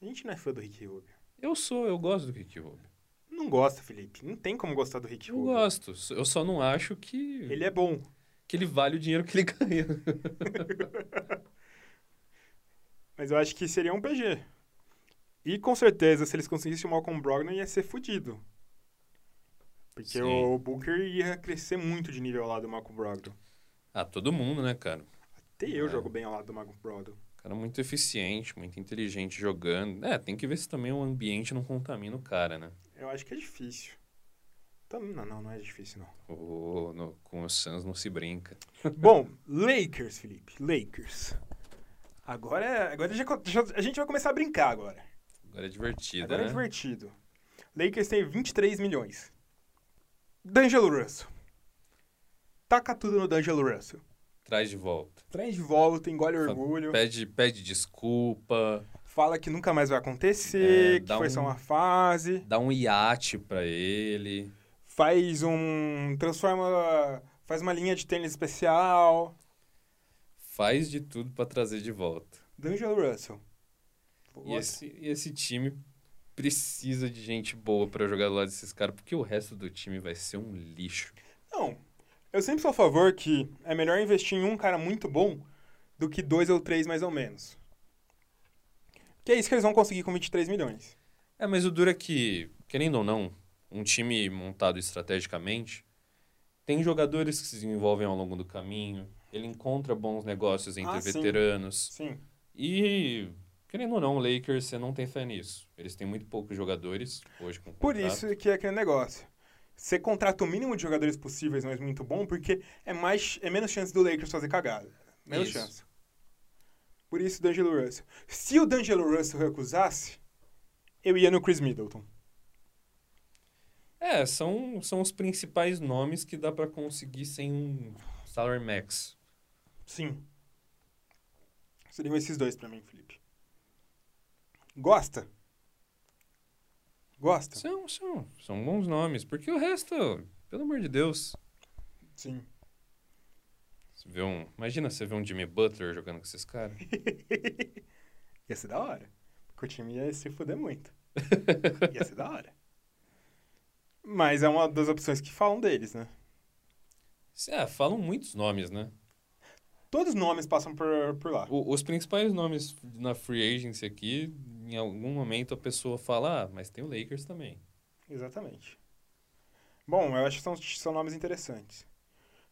A gente não é fã do Rick Rubio.
Eu sou, eu gosto do Rick Rubio.
Não gosta, Felipe. Não tem como gostar do Rick
Eu
Rubio.
gosto. Eu só não acho que
Ele é bom.
que ele vale o dinheiro que ele <laughs> ganha.
Mas eu acho que seria um PG. E com certeza, se eles conseguissem o Malcolm Brogdon, ia ser fudido. Porque
Sim.
o Booker ia crescer muito de nível ao lado do Malcolm Brogdon.
Ah, todo mundo, né, cara?
Até eu
É.
jogo bem ao lado do Malcolm Brogdon.
Cara é muito eficiente, muito inteligente jogando. É, tem que ver se também o ambiente não contamina o cara, né?
Eu acho que é difícil. Também não, não, não é difícil,
<laughs>
não.
Ô, no- com o Suns não se brinca.
Bom, Lakers, Felipe. Lakers. Agora, é- agora já, co- já- a gente vai começar a brincar agora.
Agora é divertido,
Agora é
né?
divertido. Lakers tem 23 milhões. D'Angelo Russell. Taca tudo no D'Angelo Russell.
Traz de volta.
Traz de volta, engole
Fa-
orgulho,
Pede, pede desculpa,
fala que nunca mais vai acontecer,
É,
que
dá
foi só
um-
uma fase,
dá um iate pra ele.
faz um. transforma. faz uma linha de tênis especial.
Faz de tudo pra trazer de volta.
D'Angelo Russell.
E esse, e esse time precisa de gente boa pra jogar do lado desses caras, porque o resto do time vai ser um lixo.
Não. Eu sempre sou a favor que é melhor investir em um cara muito bom do que dois ou três mais ou menos. Que é isso que eles vão conseguir com 23 milhões.
É, mas o duro é que, querendo ou não, um time montado estrategicamente tem jogadores que se desenvolvem ao longo do caminho, ele encontra bons negócios entre
Ah, sim.
veteranos.
Sim.
E, querendo ou não, o Lakers, você não tem fé nisso. Eles têm muito poucos jogadores hoje com
Por
contrato.
isso que é aquele negócio. Você contrata o mínimo de jogadores possíveis, mas muito bom, porque é, mais, é menos chance do Lakers fazer cagada. Menos
Isso.
chance. Por isso, D'Angelo Russell. Se o D'Angelo Russell recusasse, eu ia no Chris Middleton.
É, são, são os principais nomes que dá pra conseguir sem um salary max.
Sim. Seriam esses dois pra mim, Felipe. Gosta? Gosta?
São, são, são bons nomes, porque o resto, pelo amor de Deus,
Sim.
você vê um, imagina você ver um Jimmy Butler jogando com esses caras.
Ia ser da hora. Porque o time ia se fuder muito. Ia ser da hora. Mas é uma das opções que falam deles, né?
É, falam muitos nomes, né?
Todos os nomes passam por, por lá.
O- os principais nomes na free agency aqui, em algum momento a pessoa fala, ah, mas tem o Lakers também.
Exatamente. Bom, eu acho que são, são nomes interessantes.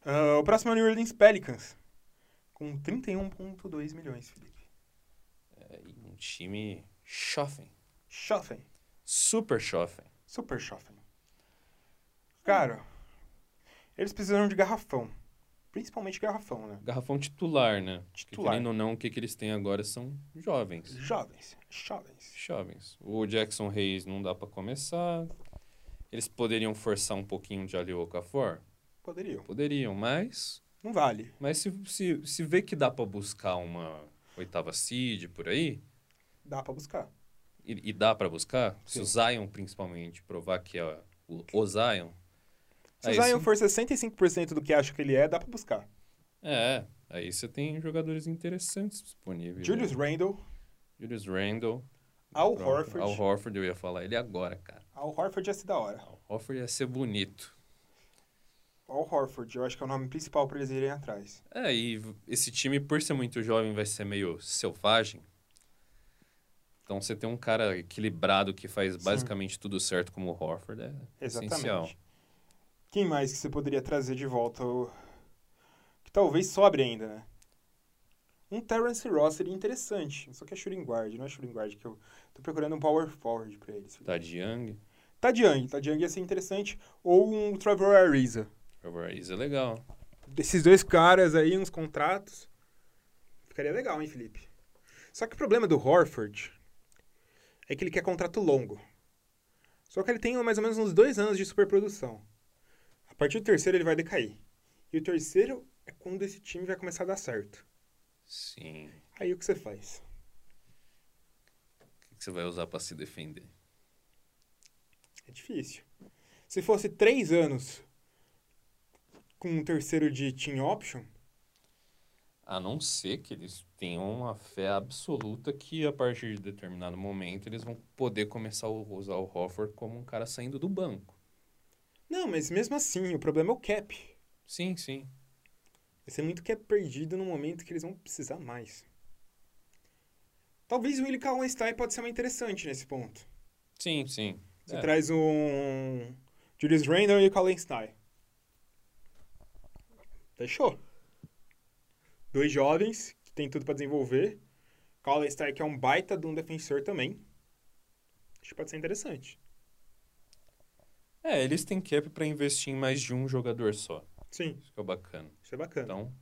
Ah, o próximo é o New Orleans Pelicans. Com 31,2 milhões, Felipe.
É, e um time chofem,
Schoffen.
super chofem.
Super Schoffen. Cara, eles precisam de garrafão. Principalmente garrafão, né?
Garrafão titular, né? Porque,
Titular.
Querendo ou não, o que, que eles têm agora são jovens.
Jovens. Jovens.
Jovens. O Jackson Reis não dá pra começar. Eles poderiam forçar um pouquinho de Ali Okafor?
Poderiam.
Poderiam, mas...
Não vale.
Mas se, se, se vê que dá pra buscar uma oitava seed por aí,
Dá pra buscar.
e, e dá pra buscar, se
Sim.
o Zion principalmente provar que é o, o Zion,
Se
É
o Zion
isso.
for 65% do que acha que ele é, dá pra buscar.
é, aí você tem jogadores interessantes disponíveis. né?
Julius Randle,
Julius Randle.
Al
pronto.
Horford.
Al Horford, eu ia falar ele agora, cara.
Al Horford ia ser da hora.
Al Horford ia ser bonito.
Al Horford, eu acho que é o nome principal pra eles irem atrás.
É, e v- esse time, por ser muito jovem, vai ser meio selvagem. Então você tem um cara equilibrado que faz
Sim.
basicamente tudo certo como o Horford, é
Exatamente.
essencial.
Quem mais que você poderia trazer de volta? O- Que talvez sobre ainda, né? Um Terrence Ross seria interessante. Só que é shooting guard, não é shooting guard. Que eu tô procurando um power forward pra eles.
Tad Tá Young,
Tadiang. Tadiang ia ser interessante. Ou um Trevor Ariza.
Trevor Ariza é legal.
desses dois caras aí, uns contratos. Ficaria legal, hein, Felipe? Só que o problema do Horford é que ele quer contrato longo. Só que ele tem mais ou menos uns dois anos de superprodução. A partir do terceiro ele vai decair. E o terceiro é quando esse time vai começar a dar certo.
Sim.
Aí o que você faz?
O que que você vai usar pra se defender?
É difícil. Se fosse três anos com um terceiro de team option,
A não ser que eles tenham uma fé absoluta que a partir de determinado momento eles vão poder começar a usar o Hofford como um cara saindo do banco.
não, mas mesmo assim, o problema é o cap.
Sim, sim.
Vai ser muito que é perdido no momento que eles vão precisar mais. Talvez o Willi Kallenstein pode ser uma interessante nesse ponto.
Sim, sim.
Você
É.
traz um Julius Randle e o Kallenstein. Fechou. Dois jovens que tem tudo pra desenvolver. Kallenstein que é um baita de um defensor também. Acho que pode ser interessante.
É, eles têm cap pra investir em mais de um jogador só.
Sim,
Isso que é bacana.
isso é bacana.
Então,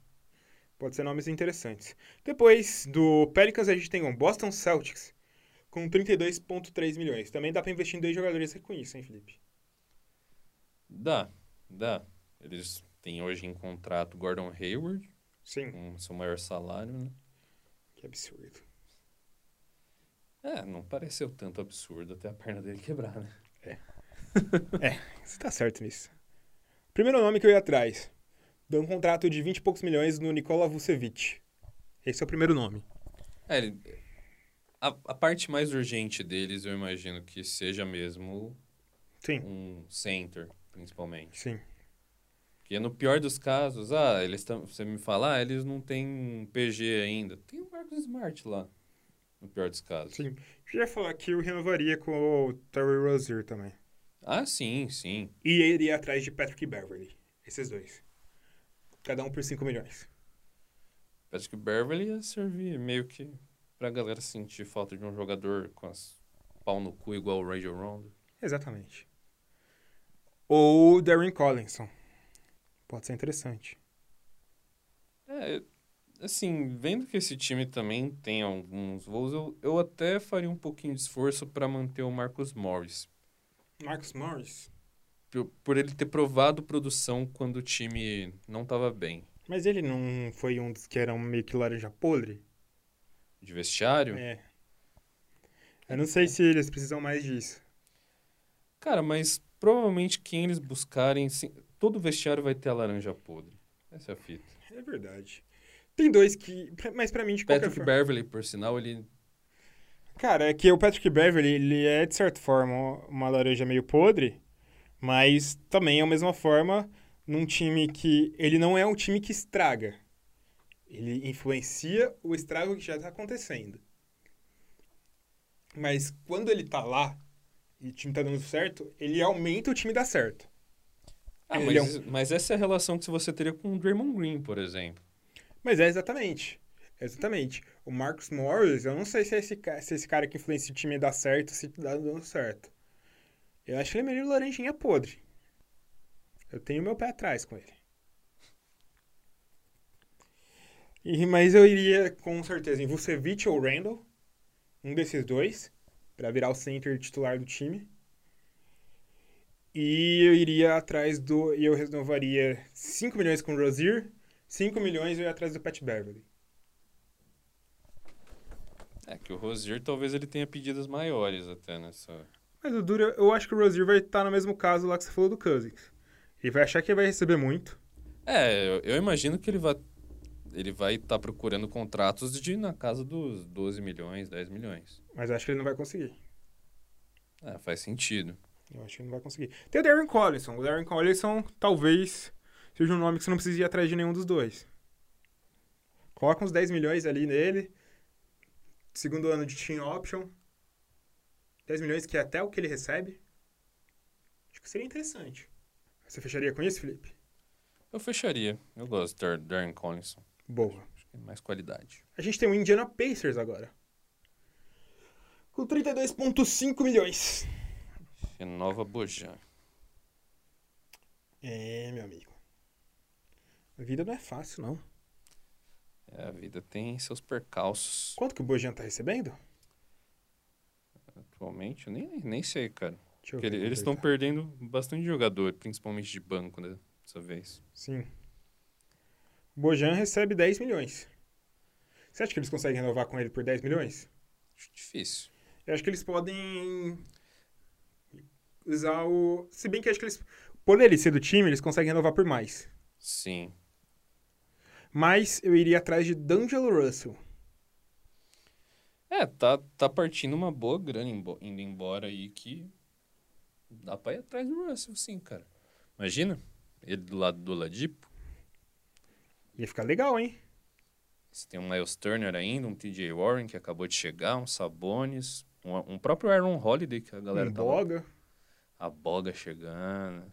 Pode ser nomes interessantes. Depois do Pelicans, a gente tem o Boston Celtics com 32,3 milhões. Também dá pra investir em dois jogadores que conheço, hein, Felipe?
dá, dá. Eles têm hoje em contrato Gordon Hayward,
Sim,
com seu maior salário, né?
que absurdo.
É, não pareceu tanto absurdo até a perna dele quebrar, né?
Você tá certo nisso. Primeiro nome que eu ia atrás. Deu um contrato de 20 e poucos milhões no Nikola Vucevic. Esse é o primeiro nome.
É, ele- a, a parte mais urgente deles, eu imagino que seja mesmo
Sim.
um center, principalmente.
Sim.
Porque no pior dos casos, ah, eles tão, você me fala, ah, eles não têm um PG ainda. Tem o Marcos Smart lá, no pior dos casos.
Sim. Eu ia falar que eu renovaria com o Terry Rozier também.
Ah, sim, sim.
E ele ia atrás de Patrick Beverly. Esses dois. Cada um por 5 milhões.
Patrick Beverly ia servir meio que pra galera sentir falta de um jogador com as pau no cu igual o Rachel Rondo.
Exatamente. Ou Darren Collinson. Pode ser interessante.
É, assim, vendo que esse time também tem alguns voos, eu, eu até faria um pouquinho de esforço pra manter o Marcus Morris.
Marcus Morris.
Por, por ele ter provado produção quando o time não tava bem.
Mas ele não foi um dos que eram meio que laranja podre?
de vestiário.
É. Eu não sei se eles precisam mais disso.
Cara, mas provavelmente quem eles buscarem, sim, todo vestiário vai ter a laranja podre. Essa é a fita.
É verdade. Tem dois que. Mas pra mim, de qualquer
Patrick
forma.
Beverly, por sinal, ele
Cara, é que o Patrick Beverly, ele é, de certa forma, uma laranja meio podre, mas também, da mesma forma, num time que... Ele não é um time que estraga. Ele influencia o estrago que já tá acontecendo. Mas quando ele tá lá e o time tá dando certo, ele aumenta o time dar certo.
Ah,
Ele é
mas, mas essa é a relação que você teria com o Draymond Green, por exemplo.
Mas é exatamente. é Exatamente. O Marcus Morris, eu não sei se é esse, ca- se esse cara que influencia o time dá certo, se tá dando certo. Eu acho que ele é meio laranjinha podre. Eu tenho meu pé atrás com ele. E, mas eu iria com certeza em Vucevic ou Randall, um desses dois, pra virar o center titular do time. E eu iria atrás do. E eu renovaria 5 milhões com o Rozier, 5 milhões eu ia atrás do Pat Beverly.
É que o Rozier talvez ele tenha pedidas maiores até nessa.
Mas o Dura, eu acho que o Rozier vai estar no mesmo caso lá que você falou do Cousins. Ele vai achar que vai receber muito.
É, eu, eu imagino que ele vai ele vai estar procurando contratos de na casa dos 12 milhões, 10 milhões.
Mas eu acho que ele não vai conseguir.
É, faz sentido.
Eu acho que ele não vai conseguir. Tem o Darren Collison. O Darren Collison talvez seja um nome que você não precisa ir atrás de nenhum dos dois. Coloca uns 10 milhões ali nele. Segundo ano de Team Option. 10 milhões que é até o que ele recebe. Acho que seria interessante. Você fecharia com isso, Felipe?
Eu fecharia. Eu gosto do Dar- Darren Collinson.
Boa.
Acho que tem mais qualidade.
A gente tem o Indiana Pacers agora. Com 32,5 milhões.
Renova Bojan.
É, meu amigo. A vida não é fácil, não.
É, a vida tem seus percalços.
Quanto que o Bojan tá recebendo?
Atualmente, eu nem, nem sei, cara.
Deixa eu
Porque
ver quanto
ele- eles
ele
estão
tá.
perdendo bastante jogador, principalmente de banco né, dessa vez.
Sim. O Bojan recebe 10 milhões. Você acha que eles conseguem renovar com ele por 10 milhões?
Acho difícil.
Eu acho que eles podem usar o... Se bem que eu acho que eles... Por ele ser do time, eles conseguem renovar por mais.
Sim.
Mas eu iria atrás de D'Angelo Russell.
É, tá, tá partindo uma boa grana embo- indo embora aí que dá pra ir atrás do Russell, sim, cara. Imagina, ele do lado do Ladipo,
Ia ficar legal, hein?
você tem um Miles Turner ainda, um TJ Warren que acabou de chegar, um Sabonis, um, um próprio Aaron Holiday que a galera tá
Um
tava-
Boga.
A Boga chegando.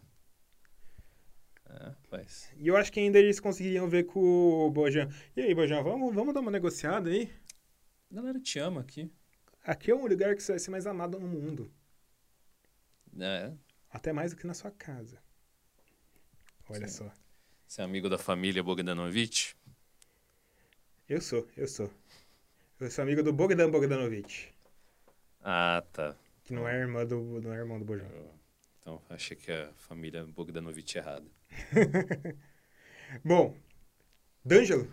É, rapaz.
E eu acho que ainda eles conseguiriam ver com o Bojan. E aí, Bojan, vamos, vamos dar uma negociada aí?
A galera te ama aqui.
Aqui é um lugar que você vai ser mais amado no mundo.
É,
Até mais do que na sua casa. Olha só.
você é amigo da família Bogdanovich.
Eu sou, eu sou. Eu sou amigo do Bogdan Bogdanovic.
Ah, tá.
Que não é irmã do. não é irmão do Bojan.
Então, achei que a família Bogdanovich é errada.
Bom. D'Angelo.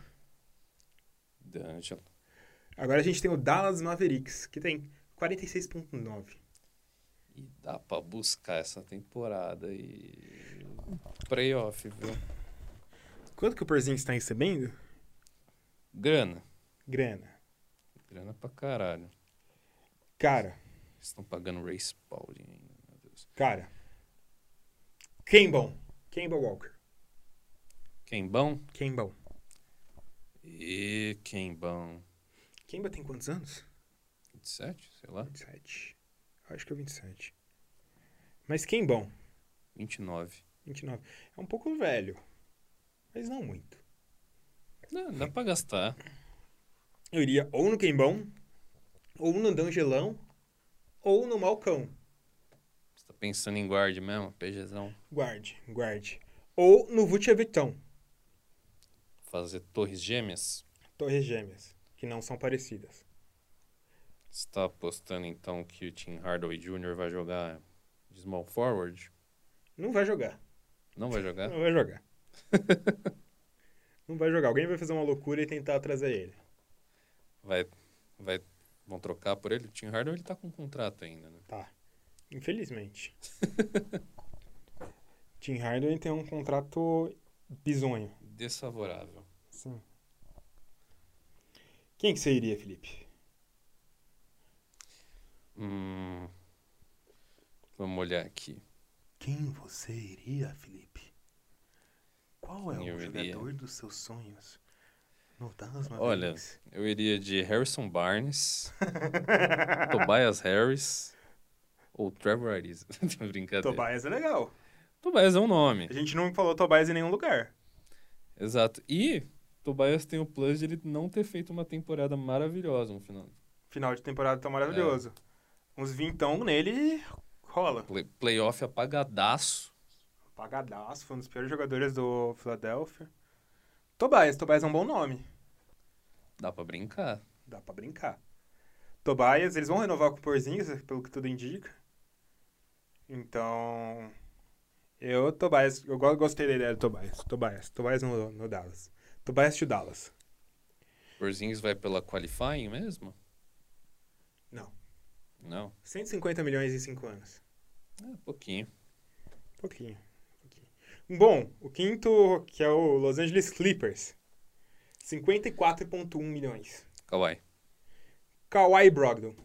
D'Angelo.
Agora a gente tem o Dallas Mavericks, que tem 46.9.
E dá pra buscar essa temporada e. Playoff, viu?
Quanto que o Porzinho está recebendo?
Grana.
Grana.
Grana pra caralho.
Cara,
Eles estão pagando Ray Spalding ainda, meu Deus.
cara. Kembon. Kemba Walker.
Quem bom?
Kembon.
E quem bom?
Kemba tem quantos anos?
27, sei lá.
27. Acho que é o 27. Mas quem bom.
29.
29. É um pouco velho. Mas não muito.
Não, dá pra gastar.
Eu iria ou no Quembão, ou no Dangelão, ou no Malcão.
Você tá pensando em guard mesmo? PGzão.
Guarde, guarde. Ou no Vucevitão,
Fazer torres gêmeas?
Torres Gêmeas, que não são parecidas.
Você tá apostando então que o Tim Hardaway Jr. vai jogar de small forward?
Não vai jogar.
Não vai jogar?
Não vai jogar. <laughs> não vai jogar. Alguém vai fazer uma loucura e tentar trazer ele.
Vai vai, vão trocar por ele. O Tim Hardaway ele tá com contrato ainda, né?
Tá. Infelizmente. <laughs> Tim Hardaway tem um contrato bizonho.
Desfavorável.
Sim. Quem que você iria, Felipe?
Hum, vamos olhar aqui.
Quem você iria, Felipe? Qual é
Quem eu iria?
dos seus sonhos? No Dallas
Olha. Eu iria de
<laughs>
Harrison Barnes, Tobias Harris ou Trevor Ariza. <laughs> Tô Brincadeira.
Tobias é legal.
Tobias é um nome.
A gente não falou Tobias em nenhum lugar.
Exato. E Tobias tem o plus de ele não ter feito uma temporada maravilhosa no final.
Final de temporada tá maravilhoso.
É.
Uns vintão nele rola.
Play- playoff apagadaço.
Pagadaço, foi um dos piores jogadores do Philadelphia. Tobias, Tobias é um bom nome.
Dá pra brincar.
Dá pra brincar. Tobias, eles vão renovar com o Porzingis, pelo que tudo indica. Então. Eu, Tobias, eu go- gostei da ideia do Tobias. Tobias, Tobias no, no Dallas. Tobias to Dallas.
Porzingis vai pela qualifying mesmo?
Não.
Não.
150 milhões em 5 anos.
É, pouquinho.
Pouquinho. pouquinho. Bom, o quinto, que é o Los Angeles Clippers. 54,1 milhões.
Kawhi.
Kawhi Brogdon.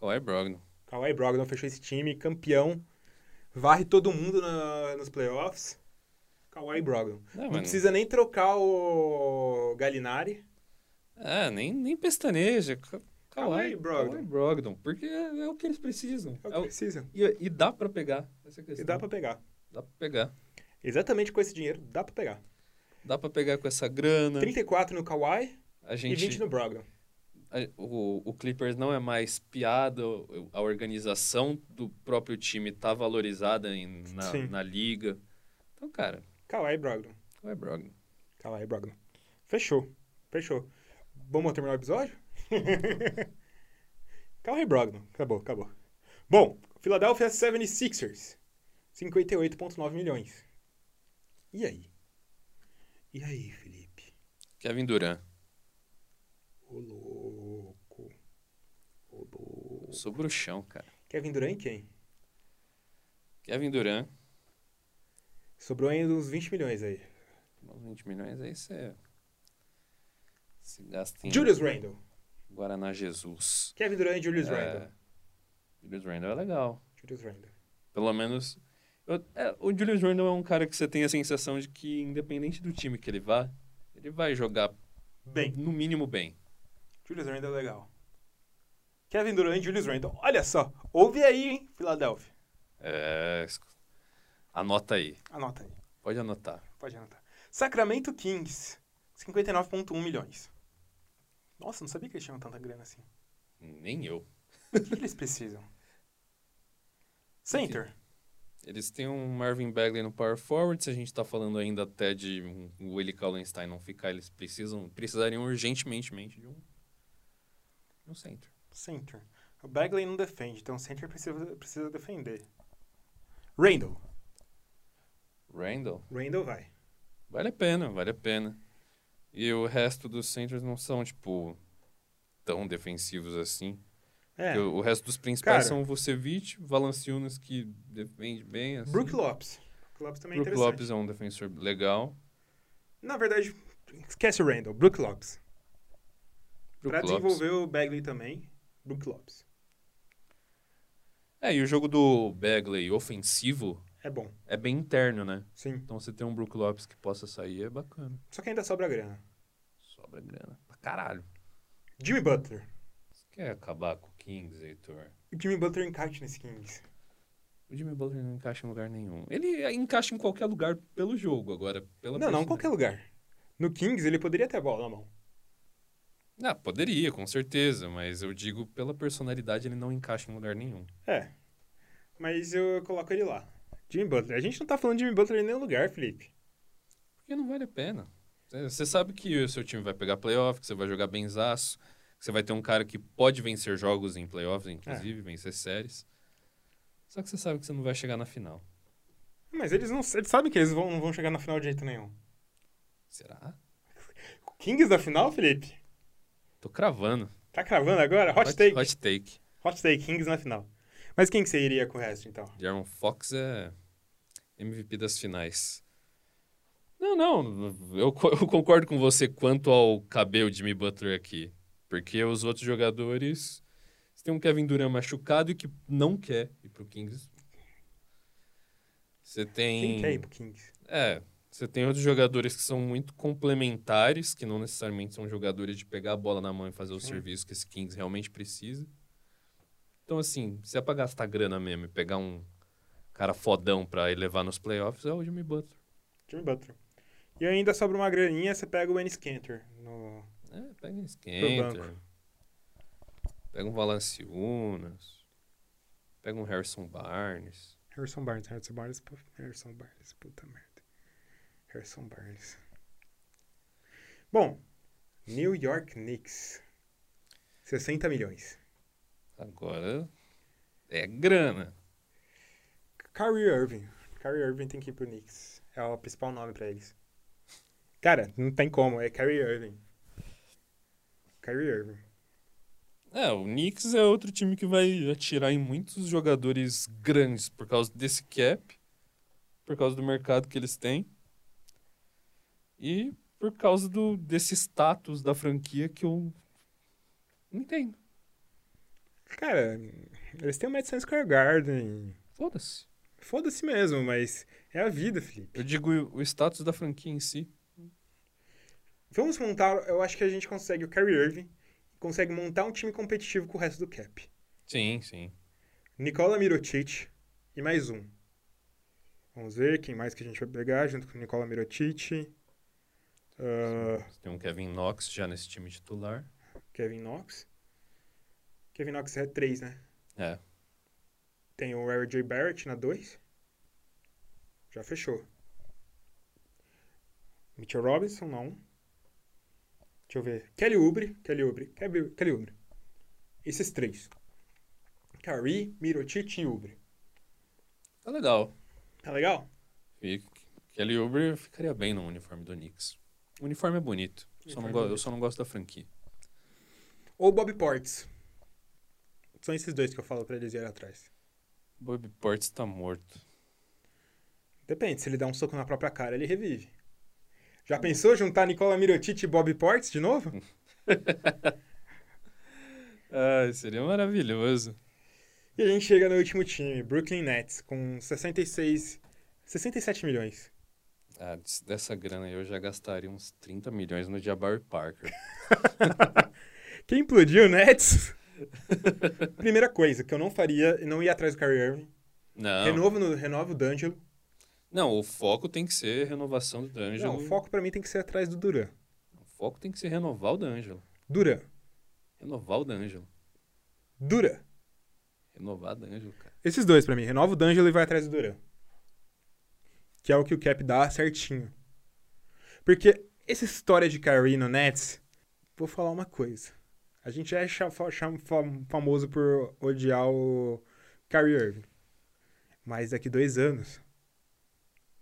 Kawhi Brogdon.
Kawhi Brogdon fechou esse time, campeão. Varre todo mundo na- nos playoffs. Kawhi Brogdon.
Não,
Não
Ah, mano.
precisa nem trocar o Galinari.
Ah, nem, nem pestaneja. Ka-
Kawhi
Kawhi
Brogdon.
Kawhi Brogdon. Porque é, é o que eles precisam.
É o
É
que
o-
precisa.
e, e dá pra pegar. Essa é a
E
questão.
dá pra pegar.
Dá pra pegar.
Exatamente com esse dinheiro, dá pra pegar.
Dá pra pegar com essa grana.
34 no Kawhi
A
e
gente.
20 no Brogdon.
a- o, o Clippers não é mais piada, o- a organização do próprio time tá valorizada em- na,
Sim.
na liga. Então, cara, é,
Kawhi e Brogdon.
Kawhi Brogdon.
Kawhi e Brogdon. Fechou. Fechou. Vamos terminar o episódio? <laughs> Kawhi e Brogdon. Acabou, acabou. Bom, Philadelphia 76ers. 58,9 milhões. E aí? E aí, Felipe?
Kevin Durant.
Ô louco. Ô louco.
Eu sou bruxão, cara.
Kevin Durant quem?
Kevin Durant,
Sobrou ainda uns 20 milhões aí.
uns 20 milhões, aí você. Se gasta em.
Julius Randle.
Guaraná Jesus.
Kevin Durant e Julius
É,
Randle.
Julius Randle é legal.
Julius Randle.
Pelo menos. eu- é, o Julius Randle é um cara que você tem a sensação de que, independente do time que ele vá, ele vai jogar,
Bem,
no mínimo, bem.
Julius Randle é legal. Kevin Durant e Julius Randle. Olha só. Ouve aí, hein, Philadelphia.
É. escu- Anota aí.
Anota aí.
Pode anotar.
Pode anotar. Sacramento Kings. 59,1 milhões. Nossa, não sabia que eles tinham tanta grana assim.
Nem eu.
O que que eles precisam? Center.
Eles têm um Marvin Bagley no Power Forward. Se a gente tá falando ainda até de um- o Willie Kallenstein não ficar, eles precisam precisariam urgentemente de um, de um center.
Center. O Bagley não defende, então o center precisa, precisa defender. Randall.
Randall?
Randall vai.
Vale a pena, vale a pena. E o resto dos centers não são, tipo, tão defensivos assim.
É.
Porque O, o resto dos principais
Cara.
são o Vucevic, Valanciunas, que defende bem, assim.
Brook Lopes. Brook Lopes também é
Brook
interessante.
Lopes é um defensor legal.
Na verdade, esquece o Randall. Brook Lopes.
Brook
pra
Lopes.
desenvolver o Bagley também, Brook Lopes.
É, e o jogo do Bagley ofensivo
É bom.
é bem interno, né?
Sim.
Então você tem um Brook Lopes que possa sair é bacana.
Só que ainda sobra grana.
Sobra grana. Pra caralho.
Jimmy Butler.
Você quer acabar com o Kings, Heitor?
O Jimmy Butler encaixa nesse Kings.
O Jimmy Butler não encaixa em lugar nenhum. Ele eh, encaixa em qualquer lugar pelo jogo, agora. Pela
Não, não, em
personalidade.
qualquer lugar. No Kings, ele poderia ter a bola na mão.
Ah, poderia, com certeza, mas eu digo pela personalidade ele não encaixa em lugar nenhum.
É. Mas eu coloco ele lá. Jimmy Butler. A gente não tá falando de Jimmy Butler em nenhum lugar, Felipe.
Porque não vale a pena. É, Você sabe que o seu time vai pegar playoff, que você vai jogar benzaço, que você vai ter um cara que pode vencer jogos em playoffs, inclusive,
É.
vencer séries. Só que você sabe que você não vai chegar na final.
Mas eles não eles sabem que eles vão, não vão chegar na final de jeito nenhum.
Será?
O Kings da final, Felipe?
Tô cravando.
Tá cravando agora? Hot, take. Hot...
Hot take.
take, Kings na final. Mas quem que você iria com o resto, então?
Jaron Fox é MVP das finais. Não, não. Eu, co- eu concordo com você quanto ao cabelo de Jimmy Butler aqui. Porque os outros jogadores. Você tem um Kevin Durant machucado e que não quer ir pro Kings. Você
Quem
tem.
quer ir pro Kings?
É. Você tem outros jogadores que são muito complementares, que não necessariamente são jogadores de pegar a bola na mão e fazer o
Sim.
serviço que esse Kings realmente precisa. Então, assim, se é pra gastar grana mesmo e pegar um cara fodão pra elevar nos playoffs, é o Jimmy Butler.
Jimmy Butler. E ainda sobra uma graninha, você pega o Ennis Cantor. No...
É, pega um Skinter. Pega um Valanciunas. Pega um Harrison Barnes.
Harrison Barnes, Harrison Barnes, pô, Harrison Barnes, puta merda. Harrison Barnes. Bom, New York Knicks. 60 milhões.
Agora é grana.
Kyrie Irving. Kyrie Irving tem que ir pro Knicks. É o principal nome pra eles. Cara, não tem como, é Kyrie Irving. Kyrie Irving.
É, o Knicks é outro time que vai atirar em muitos jogadores grandes por causa desse cap, por causa do mercado que eles têm e por causa do, desse status da franquia que eu não entendo.
Cara, eles têm o Madison Square Garden.
Foda-se.
Foda-se mesmo, mas é a vida, Felipe.
Eu digo o o status da franquia em si.
Vamos montar, eu acho que a gente consegue o Kyrie Irving, consegue montar um time competitivo com o resto do cap.
Sim, sim.
Nicola Mirotic e mais um. Vamos ver quem mais que a gente vai pegar junto com o Nicola Mirotic. Ah,
Você tem um Kevin Knox já nesse time titular.
Kevin Knox. Kevin Knox é 3, né?
É.
Tem o R.J. Barrett na 2. Já fechou. Mitchell Robinson na 1. Um. Deixa eu ver. Kelly Oubre. Kelly Oubre. Kelly Kelly Oubre. Esses três. Curry, Mirotic e Oubre.
Tá legal.
Tá legal?
E Kelly Oubre ficaria bem no uniforme do Knicks. O uniforme é bonito. Só não
Uniforme
go-
bonito.
eu só não gosto da franquia.
Ou Bob Ports. São esses dois que eu falo pra eles irem atrás.
Bob Portis tá morto.
Depende, se ele dá um soco na própria cara, ele revive.
Hum.
Já pensou juntar Nicola Mirotic e Bob Ports de novo?
Ai, seria maravilhoso.
E a gente chega no último time, Brooklyn Nets, com 66, 67 milhões.
Ah, des- dessa grana aí eu já gastaria uns 30 milhões no Jabari <laughs> Parker.
Quem implodiu o
<laughs>
Nets? Primeira coisa que eu não faria, eu não ia atrás do Kyrie Irving.
Não.
Renovo, no, renovo o D'Angelo.
Não, o foco tem que ser renovação do D'Angelo.
Não, o foco pra mim tem que ser atrás do Duran.
O foco tem que ser renovar o D'Angelo.
Duran,
Renovar o D'Angelo.
Duran.
Renovar o D'Angelo, cara.
Esses dois pra mim, renova o D'Angelo e vai atrás do Duran. Que é o que o Cap dá certinho. Porque essa história de Kyrie no Nets, vou falar uma coisa. A gente é cha- fa- cha- fam- famoso por odiar o Kyrie Irving. Mas daqui dois anos,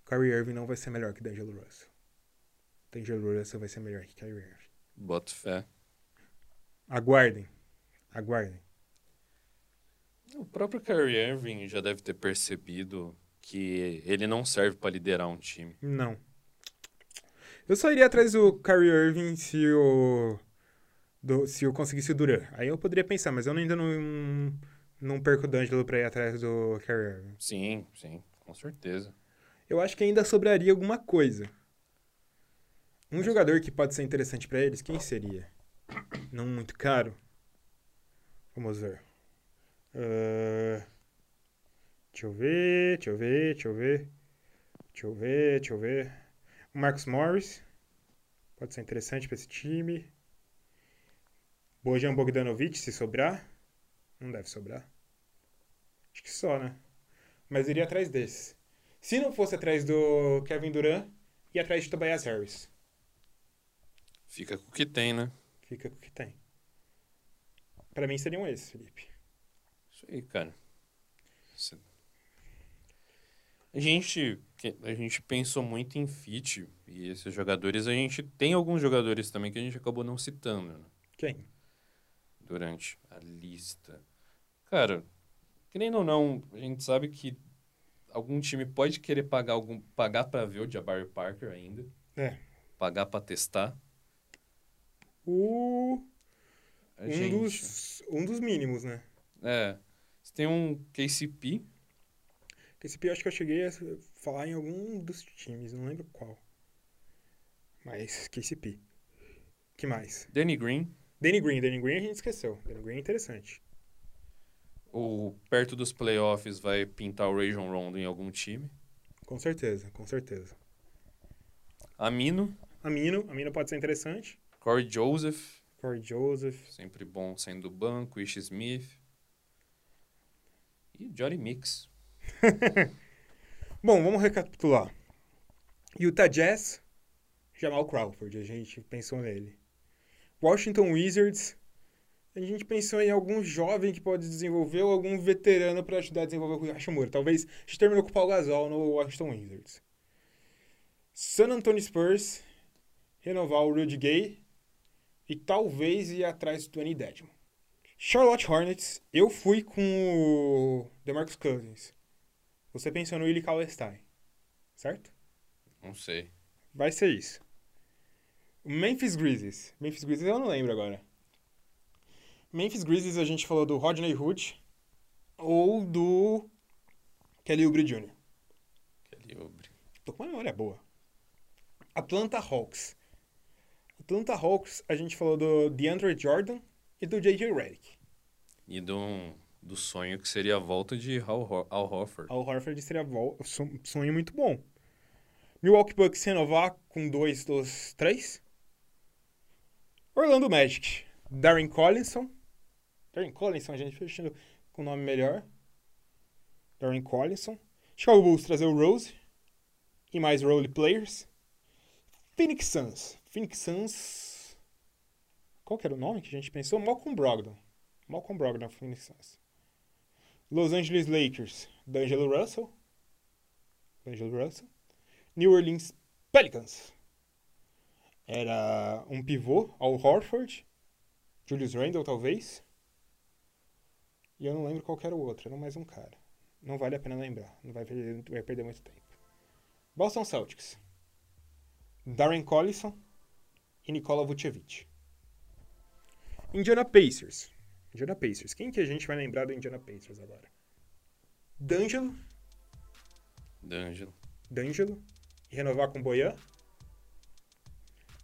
Kyrie Irving não vai ser melhor que D'Angelo Russell. D'Angelo Russell vai ser melhor que Kyrie Irving.
Boto fé.
Aguardem. Aguardem.
O próprio Kyrie Irving já deve ter percebido que ele não serve pra liderar um time.
Não. Eu só iria atrás do Kyrie Irving se o. do- se eu conseguisse o Duran. Aí eu poderia pensar, mas eu ainda não, não perco o D'Angelo pra ir atrás do Kyrie Irving.
Sim, sim, com certeza.
Eu acho que ainda sobraria alguma coisa. Um jogador que pode ser interessante pra eles, quem seria? Não muito caro? Vamos ver. Ah, Deixa eu ver, deixa eu ver, deixa eu ver. Deixa eu ver, deixa eu ver. O Marcos Morris. Pode ser interessante pra esse time. Bojan Bogdanovic, se sobrar. Não deve sobrar. Acho que só, né? Mas iria atrás desses. Se não fosse atrás do Kevin Durant, e atrás de Tobias Harris.
Fica com o que tem, né?
Fica com o que tem. Pra mim seriam esses, Felipe.
Isso aí, cara. Cê- A gente, que- a gente pensou muito em fit e esses jogadores, a gente tem alguns jogadores também que a gente acabou não citando, né?
Quem?
durante a lista. Cara, querendo ou não, a gente sabe que algum time pode querer pagar algum pagar para ver o Jabari Parker ainda.
É.
Pagar para testar.
O...
A
Um,
gente-
dos, um dos mínimos, né?
É. Você tem um KCP,
Porque Esse pior acho que eu cheguei a falar em algum dos times, não lembro qual. Mas KCP. Que mais?
Danny Green,
Danny Green, Danny Green a gente esqueceu. Danny Green é interessante.
ou perto dos playoffs vai pintar o Rajon Rondo em algum time.
Com certeza, com certeza.
Amino,
Amino, Amino pode ser interessante.
Corey Joseph,
Corey Joseph,
sempre bom saindo do banco, Ish Smith. E Johnny Mix.
<laughs> Bom, vamos recapitular. Utah Jazz, Jamal Crawford, a gente pensou nele. Washington Wizards, a gente pensou em algum jovem que pode desenvolver ou algum veterano para ajudar a desenvolver o Hashimura. Talvez a gente terminou com o Paul Gasol no Washington Wizards. San Antonio Spurs, renovar o Rudy Gay e talvez ir atrás do Tony Dedmon. Charlotte Hornets, eu fui com o DeMarcus Cousins. Você pensou no Willi Kallenstein, certo?
Não sei.
Vai ser isso. Memphis Grizzlies. Memphis Grizzlies eu não lembro agora. Memphis Grizzlies a gente falou do Rodney Hood ou do Kelly Oubre Jr.
Keliobre.
Tô com uma memória boa. Atlanta Hawks. Atlanta Hawks a gente falou do DeAndre Jordan e do J.J. Redick.
E do, do sonho que seria a volta de Al, Ho- Al Horford.
Al Horford seria vol- son- sonho muito bom. Milwaukee Bucks renovar com dois dos três. Orlando Magic, Darren Collinson. Darren Collinson, a gente fechando com o nome melhor. Darren Collinson. Chicago Bulls trazer o Rose. E mais role players. Phoenix Suns. Phoenix Suns... Qual que era o nome que a gente pensou? Malcolm Brogdon. Malcolm Brogdon, Phoenix Suns. Los Angeles Lakers, D'Angelo Russell. D'Angelo Russell. New Orleans Pelicans. Era um pivô, Al Horford. Julius Randle, talvez. E eu não lembro qual que era o outro, era mais um cara. Não vale a pena lembrar, não vai perder, vai perder muito tempo. Boston Celtics. Darren Collison e Nikola Vucevic. Indiana Pacers. Indiana Pacers. Quem que a gente vai lembrar do Indiana Pacers agora? D'Angelo,
D'Angelo.
D'Angelo, e renovar com Boyan.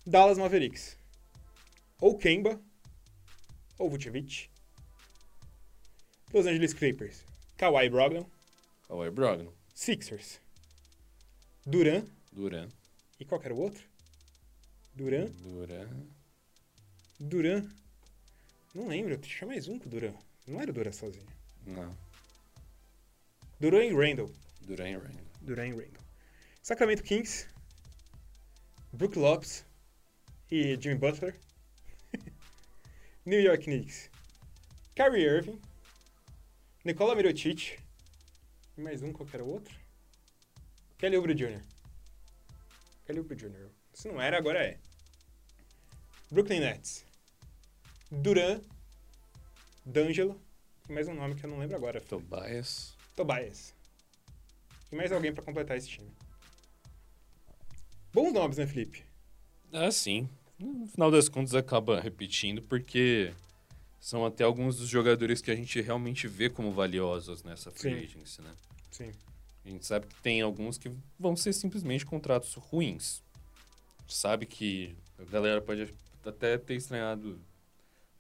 Dallas Mavericks. Ou Kemba, ou Vucevic. Los Angeles Clippers. Kawhi Brogdon,
Kawhi Brogdon.
Sixers. Duran,
Duran.
e qual que era o outro? Duran,
Duran.
Duran. Não lembro, tinha mais um com o Duran. Não era o Duran sozinho.
Não.
Duran e Randall.
Duran e Randall.
Duran e Randall. Sacramento Kings, Brook Lopes e Jimmy Butler. <laughs> New York Knicks, Kyrie Irving, Nikola Mirotic e mais um qualquer outro. Kelly Oubre Jr. Kelly Oubre Jr. Se não era, agora é. Brooklyn Nets, Duran, D'Angelo e mais um nome que eu não lembro agora.
Tobias.
Tobias. E mais alguém pra completar esse time. Bons nomes, né, Felipe?
Ah, sim. No final das contas acaba repetindo porque são até alguns dos jogadores que a gente realmente vê como valiosos nessa free
Sim.
agency, né?
Sim.
A gente sabe que tem alguns que vão ser simplesmente contratos ruins. Sabe que a galera pode até ter estranhado.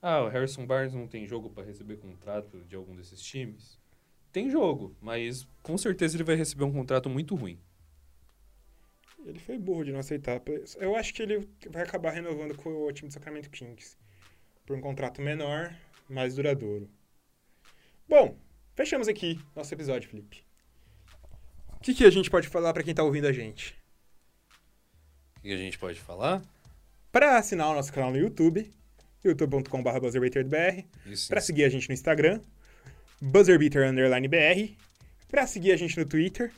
Ah, o Harrison Barnes não tem jogo para receber contrato de algum desses times. Tem jogo, mas com certeza ele vai receber um contrato muito ruim.
Ele foi burro de não aceitar. Eu acho que ele vai acabar renovando com o time do Sacramento Kings. Por um contrato menor, mais duradouro. Bom, fechamos aqui nosso episódio, Felipe. O que, que a gente pode falar pra quem tá ouvindo a gente?
O que a gente pode falar?
Pra assinar o nosso canal no YouTube, youtube.com.br buzzerbeaterbr,
Isso.
Pra seguir a gente no Instagram, buzzerbeater underline br, para seguir a gente no Twitter,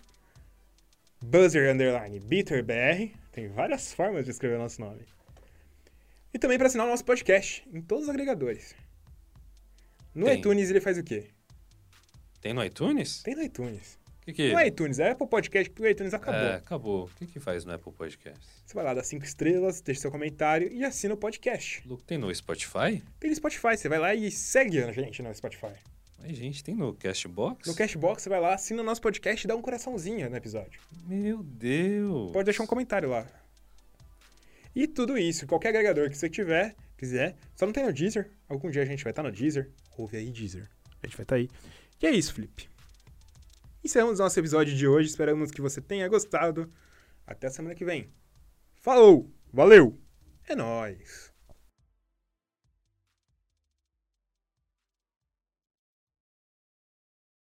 buzzer underline beater br, tem várias formas de escrever o nosso nome. E também para assinar o nosso podcast em todos os agregadores. No
Tem.
iTunes ele faz o quê?
Tem no iTunes?
Tem no iTunes.
O que que...
No iTunes, é Apple Podcast, porque o iTunes acabou.
É, acabou. O que que faz no Apple Podcast?
Você vai lá, dá cinco estrelas, deixa seu comentário e assina o podcast.
Lu, Tem no Spotify?
Tem no Spotify, você vai lá e segue a gente no Spotify.
Mas, gente, tem no Castbox?
No Cashbox, você vai lá, assina o nosso podcast e dá um coraçãozinho no episódio.
Meu Deus.
Pode deixar um comentário lá. E tudo isso, qualquer agregador que você tiver, quiser, só não tem no Deezer. Algum dia a gente vai estar no Deezer. Ouve aí, Deezer. A gente vai estar aí. E é isso, Felipe. Encerramos nosso episódio de hoje. Esperamos que você tenha gostado. Até a semana que vem. Falou! Valeu! É nóis!